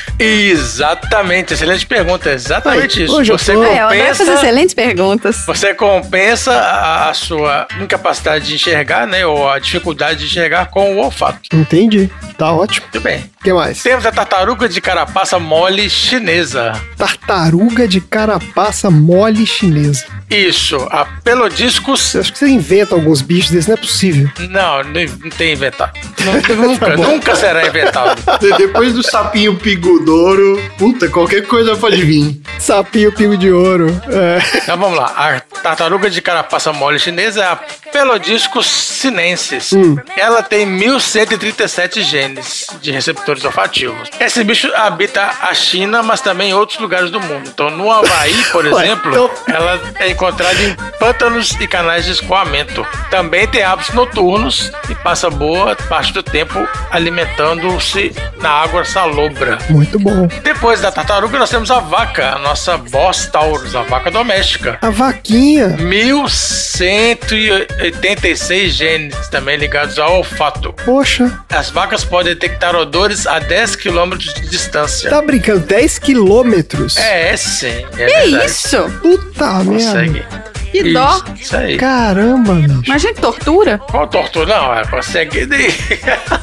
B: Exatamente, excelente pergunta. Exatamente
D: Aí,
B: isso.
D: hoje eu
B: você
D: tô-
C: É, eu adoro fazer
B: compensa,
C: excelentes perguntas.
B: você compensa a, a sua incapacidade de enxergar, né? Ou a dificuldade de enxergar com o olfato.
D: Entendi. Tá ótimo.
B: Muito bem.
D: O que mais?
B: Temos a tartaruga de carapaça mole chinesa.
D: Tartaruga de carapaça mole chinesa.
B: Isso, a Pelodiscus.
D: Eu acho que você inventa alguns bichos desses, não é possível.
B: Não, não não tem inventado.
D: Tá
B: Nunca, nunca será inventado.
H: De- Depois do sapinho pigodouro, puta, qualquer coisa pode vir.
D: Sapinho, pingo de ouro. É.
B: Então vamos lá. A tartaruga de carapaça mole chinesa é a Pelodiscus sinensis.
D: Hum.
B: Ela tem 1137 genes de receptores olfativos. Esse bicho habita a China, mas também em outros lugares do mundo. Então no Havaí, por
D: Ué,
B: exemplo,
D: então-
B: ela é encontrada em pântanos e canais de escoamento. Também tem hábitos noturnos e passa boa parte do tempo alimentando-se na água salobra.
D: Muito bom.
B: Depois da tartaruga, nós temos a vaca, a nossa Boss Taurus, a vaca doméstica.
D: A vaquinha.
B: 1186 genes também ligados ao olfato.
D: Poxa,
B: As vacas podem detectar odores a 10 km de distância.
D: tá brincando? 10 quilômetros?
B: É, é sim. É
C: Que
B: verdade.
C: isso?
D: Puta merda.
B: Consegue.
C: Que dó.
B: Isso, isso aí.
D: Caramba, bicho.
C: Imagina que tortura.
B: Qual tortura? Não, ela consegue.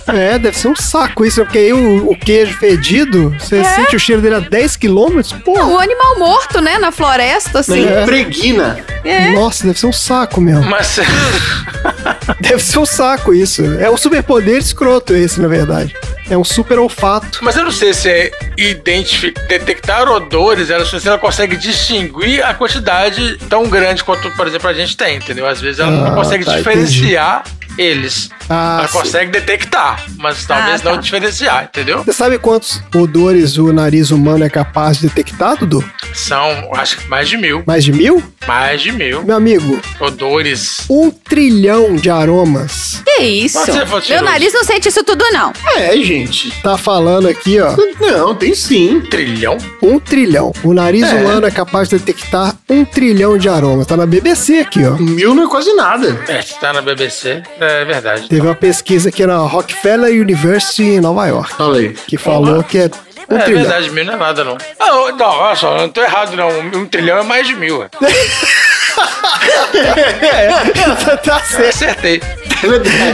D: É, deve ser um saco isso, porque aí o, o queijo fedido, você sente o cheiro dele a 10 quilômetros? Pô,
C: O animal morto, né? Na floresta, assim.
H: Né?
C: É.
D: É.
H: Preguina.
D: nossa, deve ser um saco mesmo.
B: Mas
D: Deve ser um saco isso. É um superpoder escroto esse, na verdade. É um super olfato.
B: Mas eu não sei se é identificar, detectar odores, ela, se ela consegue distinguir a quantidade tão grande quanto, por exemplo, a gente tem, entendeu? Às vezes ela
D: Ah,
B: não consegue
D: tá,
B: diferenciar eles.
D: Ah,
B: ela
D: sim.
B: consegue detectar, mas talvez
C: tá.
B: não diferenciar, entendeu?
D: Você sabe quantos odores o nariz humano é capaz de detectar, Dudu?
B: São, acho que mais de mil.
D: Mais de mil?
B: Mais de mil
D: Meu amigo,
B: odores.
D: um trilhão de aromas.
C: Que isso?
B: Pode ser, pode ser
C: Meu
B: hoje.
C: nariz não sente isso tudo, não.
H: É, gente.
D: Tá falando aqui, ó.
H: Não, tem sim.
B: Trilhão?
D: Um trilhão. O nariz
H: É.
D: humano é capaz de detectar um trilhão de aromas. Tá na BBC aqui, ó.
H: Mil não é quase nada.
B: É, se tá na BBC, é verdade.
D: Teve uma pesquisa aqui na Rockefeller University em Nova York,
H: Fala aí.
D: que falou que é um
B: é
D: trilhão.
B: verdade, mil não é nada, não. Ah, ô, não, olha só, eu não tô errado, não. Um, um trilhão é mais de mil. ué.
D: É, tá certo.
B: Acertei.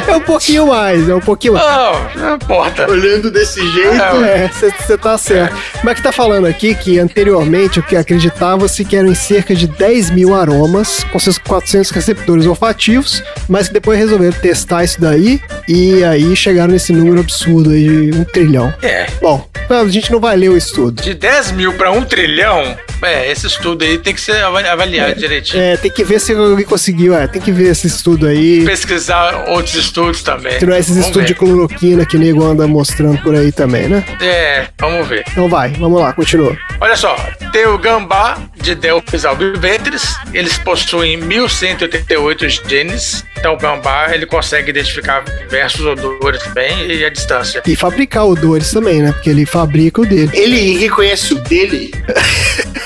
D: É um pouquinho mais, é um pouquinho mais.
B: Não, Ah, não importa.
H: Olhando desse jeito.
B: Ah,
D: É, você tá certo. Mas que tá falando aqui que anteriormente o que acreditava-se que eram em cerca de 10 mil aromas, com seus 400 receptores olfativos, mas que depois resolveram testar isso daí e aí chegaram nesse número absurdo aí de um trilhão.
B: É,
D: Bom, Não, a gente não vai ler o estudo.
B: De 10 mil pra 1 trilhão, é, esse estudo aí tem que ser avali- avaliado direitinho.
D: É, tem que ver se alguém conseguiu. É, tem que ver esse estudo aí.
B: Pesquisar outros estudos também.
D: Se não é esses
B: Vamos
D: estudos de
B: ver.
D: cloroquina que nego anda mostrando por aí também, né?
B: É, vamos ver.
D: Então vai, vamos lá, continua.
B: Olha só, tem o gambá de Delphis albivetris, eles possuem 1188 genes, então o gambá ele consegue identificar diversos odores bem e a distância.
D: E fabricar odores também, né? Porque ele fabrica o dele.
H: Ele reconhece o dele.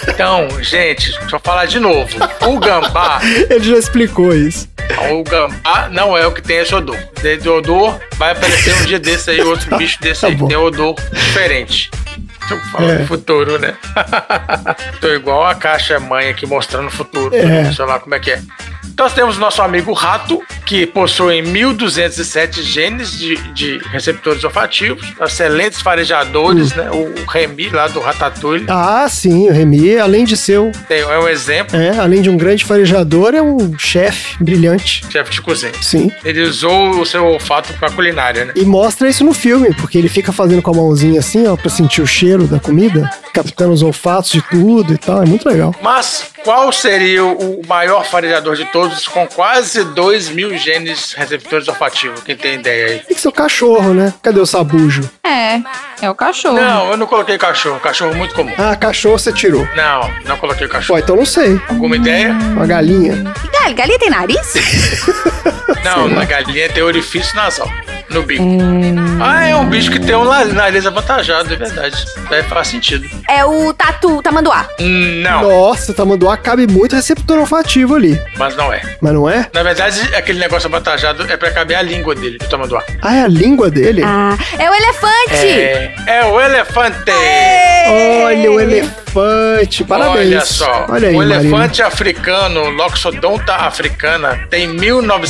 B: Então, gente, deixa eu falar de novo. O gambá,
D: Ele já explicou isso.
B: o gambá não é o que tem esse odor. Desde o odor vai aparecer um dia desse aí, outro bicho desse
D: Tá
B: aí,
D: bom.
B: que tem odor diferente. Deixa eu falar
D: É.
B: do futuro, né? Tô igual a caixa mãe aqui mostrando o futuro.
D: É.
B: Sei lá como é que é. Nós temos nosso amigo rato, que possui 1.207 genes de, de receptores olfativos, excelentes
D: Hum.
B: farejadores, né? O Remy lá do Ratatouille
D: Ah, sim, o Remy, além de ser um,
B: tem- é um exemplo,
D: é, além de um grande farejador, é um chefe brilhante.
B: chefe de cozinha.
D: Sim.
B: Ele usou o seu olfato pra culinária, né?
D: E mostra isso no filme, porque ele fica fazendo com a mãozinha assim, ó, pra sentir o cheiro da comida, captando os olfatos de tudo e tal. É muito legal.
B: Mas qual seria o maior farejador de todos com quase 2 mil genes receptores olfativos? Quem tem ideia aí?
D: Tem que ser o cachorro, né? Cadê o sabujo?
C: É, é o cachorro.
B: Não, eu não coloquei cachorro. Cachorro é muito comum.
D: Ah, cachorro você tirou.
B: Não, não coloquei
D: Ó,
B: cachorro.
D: então não sei.
B: Alguma ideia?
D: Uma galinha.
C: Galinha, galinha tem nariz?
B: Não, na galinha tem orifício nasal. No bico. Ah, é um bicho que tem um la- nariz avantajado, é verdade. Vai faz sentido.
C: É o tatu, tamanduá.
B: Não,
D: Nossa, tamanduá cabe muito receptor olfativo ali.
B: mas não é.
D: Mas não é?
B: Na verdade, aquele negócio avantajado é pra caber a língua dele, do tamanduá.
D: Ah, é a língua dele?
C: Ah, é o elefante! É.
B: É, é o elefante!
D: É. Olha o elefante. Parabéns.
B: Olha só,
D: Olha aí,
B: o
D: Marina.
B: elefante africano, Loxodonta africana, tem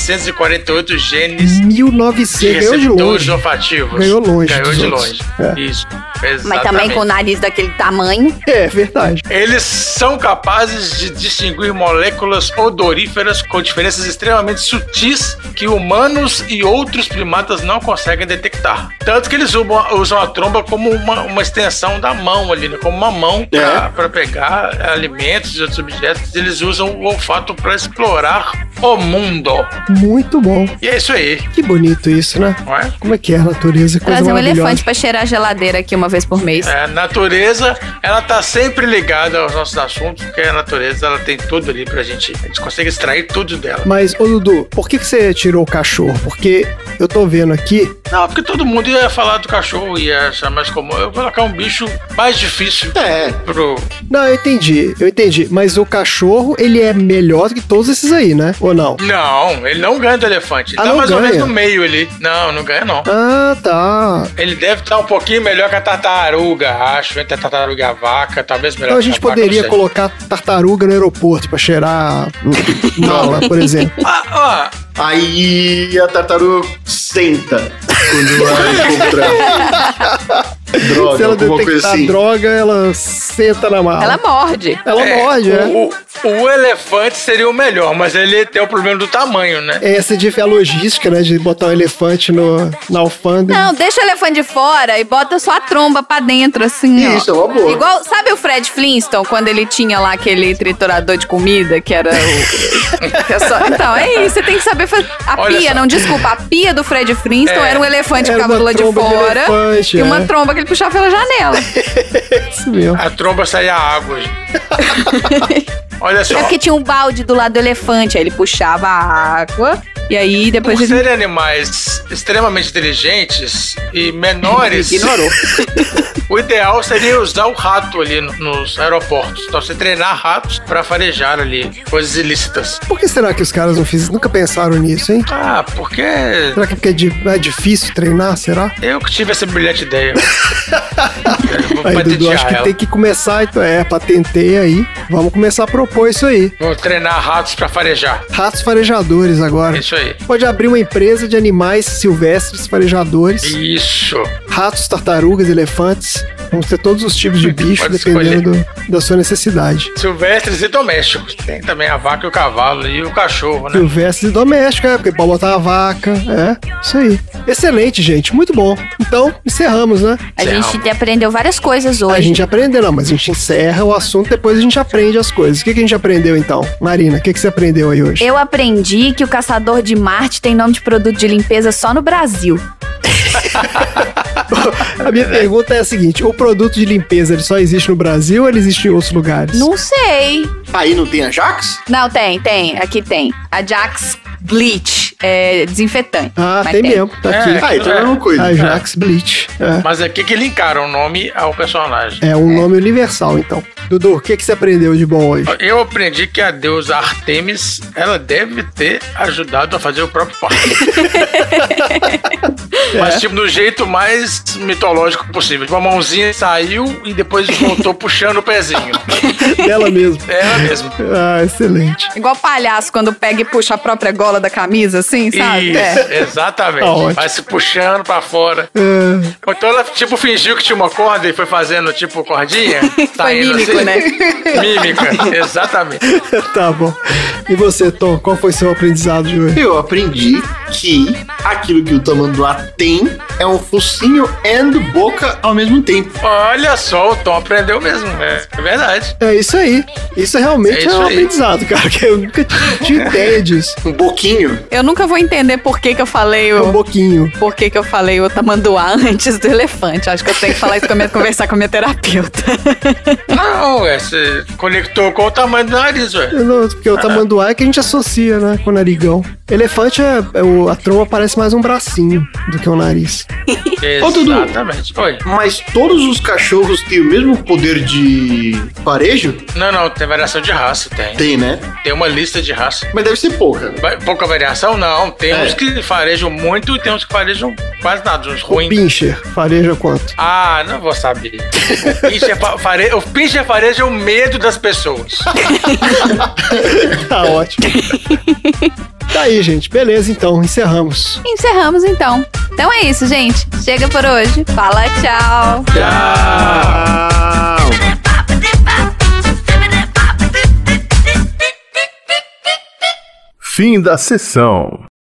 B: 1948 genes
D: 1900.
H: é
B: de
D: Ganhou de
B: receptores
D: longe.
B: olfativos.
D: Ganhou longe
B: Ganhou
D: dos
B: de longe.
D: outros. É.
B: Isso,
C: Mas
B: exatamente.
C: também com o nariz daquele tamanho.
D: É, verdade.
B: Eles são capazes de distinguir moléculas odoríferas com diferenças extremamente sutis que humanos e outros primatas não conseguem detectar. Tanto que eles usam, usam a tromba como uma, uma extensão da mão ali, né? como uma mão
H: É.
B: para pegar alimentos e outros objetos. Eles usam o olfato para explorar o mundo.
D: Muito bom.
B: E é isso aí,
D: Que bonito isso, né?
B: não é?
D: Como é que é a natureza? Coisa
C: Trazer um
D: maravilhosa.
C: elefante pra cheirar a geladeira aqui uma vez por mês.
B: É, a natureza, ela tá sempre ligada aos nossos assuntos, porque a natureza, ela tem tudo ali pra gente. A gente consegue extrair tudo dela.
D: Mas, ô Dudu, por que, que você tirou o cachorro? Porque eu tô vendo aqui.
B: Não, porque todo mundo ia falar do cachorro, ia achar mais comum. Eu vou colocar um bicho mais difícil
H: É.
B: pro.
D: Não, eu entendi, eu entendi. Mas o cachorro, ele é melhor que todos esses aí, né? Ou não?
B: Não, ele não ganha do elefante. Ele
D: Ah,
B: tá
D: não
B: mais ou
D: ganha?
B: menos no meio ali. Não, não ganha não.
D: Ah, tá.
B: Ele deve estar um pouquinho melhor que a tartaruga, acho. Entre a tartaruga e a vaca, talvez melhor.
D: Então a
B: que
D: gente
B: vaca,
D: poderia
B: não sei.
D: colocar tartaruga no aeroporto pra cheirar mala, por exemplo.
B: Ah, ah,
H: Aí a tartaruga senta quando vai encontrar droga,
D: Se ela
H: alguma coisa
D: detectar
H: assim.
D: droga, ela senta na mala.
C: Ela morde.
D: Ela
B: é,
D: morde, né?
B: o, o elefante seria o melhor, mas ele tem o problema do tamanho, né?
D: Essa É de a logística, né? De botar um elefante no, na alfândega.
C: Não, deixa o elefante de fora e bota só a tromba pra dentro, assim, ó.
H: Isso, é uma boa.
C: Igual, sabe o Fred Flintstone, quando ele tinha lá aquele triturador de comida, que era o... que é só- Então, é isso, você tem que saber fazer... A
B: Olha
C: pia,
B: só.
C: não, desculpa, a pia do Fred Flintstone
B: É.
C: era um elefante que
D: Era
C: ficava
D: uma
C: lá de
D: tromba de
C: fora
D: elefante,
C: e uma
D: é.
C: tromba que ele puxava pela janela.
D: Isso mesmo.
B: A tromba saía água. gente. Olha só.
C: É porque tinha um balde do lado do elefante, aí ele puxava a água e aí depois...
B: Por
C: Ele...
B: serem animais extremamente inteligentes e menores,
C: Ignorou.
B: o ideal seria usar o rato ali no- nos aeroportos. Então você treinar ratos pra farejar ali coisas ilícitas.
D: Por que será que os caras não fiz, nunca pensaram nisso, hein?
B: Ah, porque
D: Será que é porque é, di- é difícil treinar? Será?
B: eu que tive essa brilhante ideia. Eu vou
D: Aí, Dudu, acho
B: patentear
D: que
B: ela.
D: tem que começar, então, é, patentei aí. Vamos começar a propor isso aí.
B: Vou treinar ratos pra farejar. É
D: Ratos farejadores agora.
B: Isso aí.
D: Pode abrir uma empresa de animais silvestres farejadores.
B: Isso.
D: ratos, tartarugas, elefantes. Vamos ter todos os tipos de bicho,
B: Pode
D: dependendo do- da sua necessidade.
B: Silvestres e domésticos. Tem também a vaca e o cavalo e o cachorro, né?
D: Silvestre e doméstico, é, porque pode botar uma vaca. É, isso aí. Excelente, gente. Muito bom. Então, encerramos, né?
C: A gente aprendeu várias coisas hoje.
D: A gente aprendeu, não, mas a gente encerra o assunto, depois a gente aprende as coisas. O que, que a gente aprendeu então? Marina, o que, que você aprendeu aí hoje?
C: Eu aprendi que o caçador de Marte tem nome de produto de limpeza só no Brasil.
D: a minha pergunta é a seguinte: o produto de limpeza ele só existe no Brasil ou ele existe em outros lugares?
C: Não sei.
H: Aí não tem a Jax?
C: Não, tem, tem. Aqui tem. A Jax Bleach. É desinfetante.
D: Ah,
C: Mas
D: tem, mesmo, tá
B: É,
D: aqui.
H: Ah, então
B: é.
H: eu não cuido.
D: A Jax Bleach. É.
B: Mas aqui que linkaram o nome ao personagem.
D: É um nome universal, então. Dudu, o que, que você aprendeu de bom hoje?
B: Eu aprendi que a deusa Artemis, ela deve ter ajudado a fazer o próprio parto.
C: É.
B: Mas, tipo, do jeito mais mitológico possível. Tipo, a mãozinha saiu e depois voltou puxando o pezinho.
D: Dela mesmo.
B: É ela mesmo.
D: Ah, excelente.
C: Igual palhaço quando pega e puxa a própria gola da camisa, assim, sabe?
B: Isso,
C: É.
B: exatamente.
D: Tá ótimo.
B: Vai se puxando pra fora.
D: É,
B: Ou Então ela, tipo, fingiu que tinha uma corda e foi fazendo, tipo, cordinha.
C: Foi
B: saindo
C: mímico,
B: assim.
C: né?
B: Mímica, exatamente.
D: tá bom. E você, Tom, qual foi seu aprendizado de hoje?
H: Eu aprendi que aquilo que o tamanduá tem é um focinho and boca ao mesmo tempo.
B: Olha só, o Tom aprendeu mesmo. É, é verdade.
D: É isso aí. Isso realmente é,
B: É isso
D: um
B: aí.
D: aprendizado, cara, que eu nunca t- tinha ideia disso.
H: Um boquinho.
C: Eu nunca vou entender por que, que eu falei
D: Um
C: o.
D: pouquinho.
C: Por que, que eu falei o tamanduá antes do elefante? Acho que eu tenho que falar isso com a minha, conversar com a minha terapeuta.
B: Não, ué, você conectou com o tamanho do nariz, ué.
D: Eu Não, porque o tamanduá é que a gente associa, né, com o narigão. Elefante, é, é o- a tromba parece mais um bracinho do que um nariz.
H: Ô, Dudu.
B: Exatamente. Oi.
H: Mas todos os cachorros têm o mesmo poder de parejo?
B: Não, não, tem variação de raça, tem.
H: Tem, né?
B: Tem uma lista de raça.
H: Mas deve ser pouca.
B: Vai- Pouca variação? Não. Tem
H: É.
B: uns que farejam muito e tem uns que farejam quase nada, uns
D: O
B: ruins.
D: pincher fareja quanto?
B: Ah, não vou saber. O pincher, fa- fare... o pincher fareja é o medo das pessoas.
D: Tá ótimo. tá aí, gente. Beleza, então. Encerramos.
C: Encerramos então. Então é isso, gente. Chega por hoje. Fala tchau.
D: Ah.
F: Fim da sessão.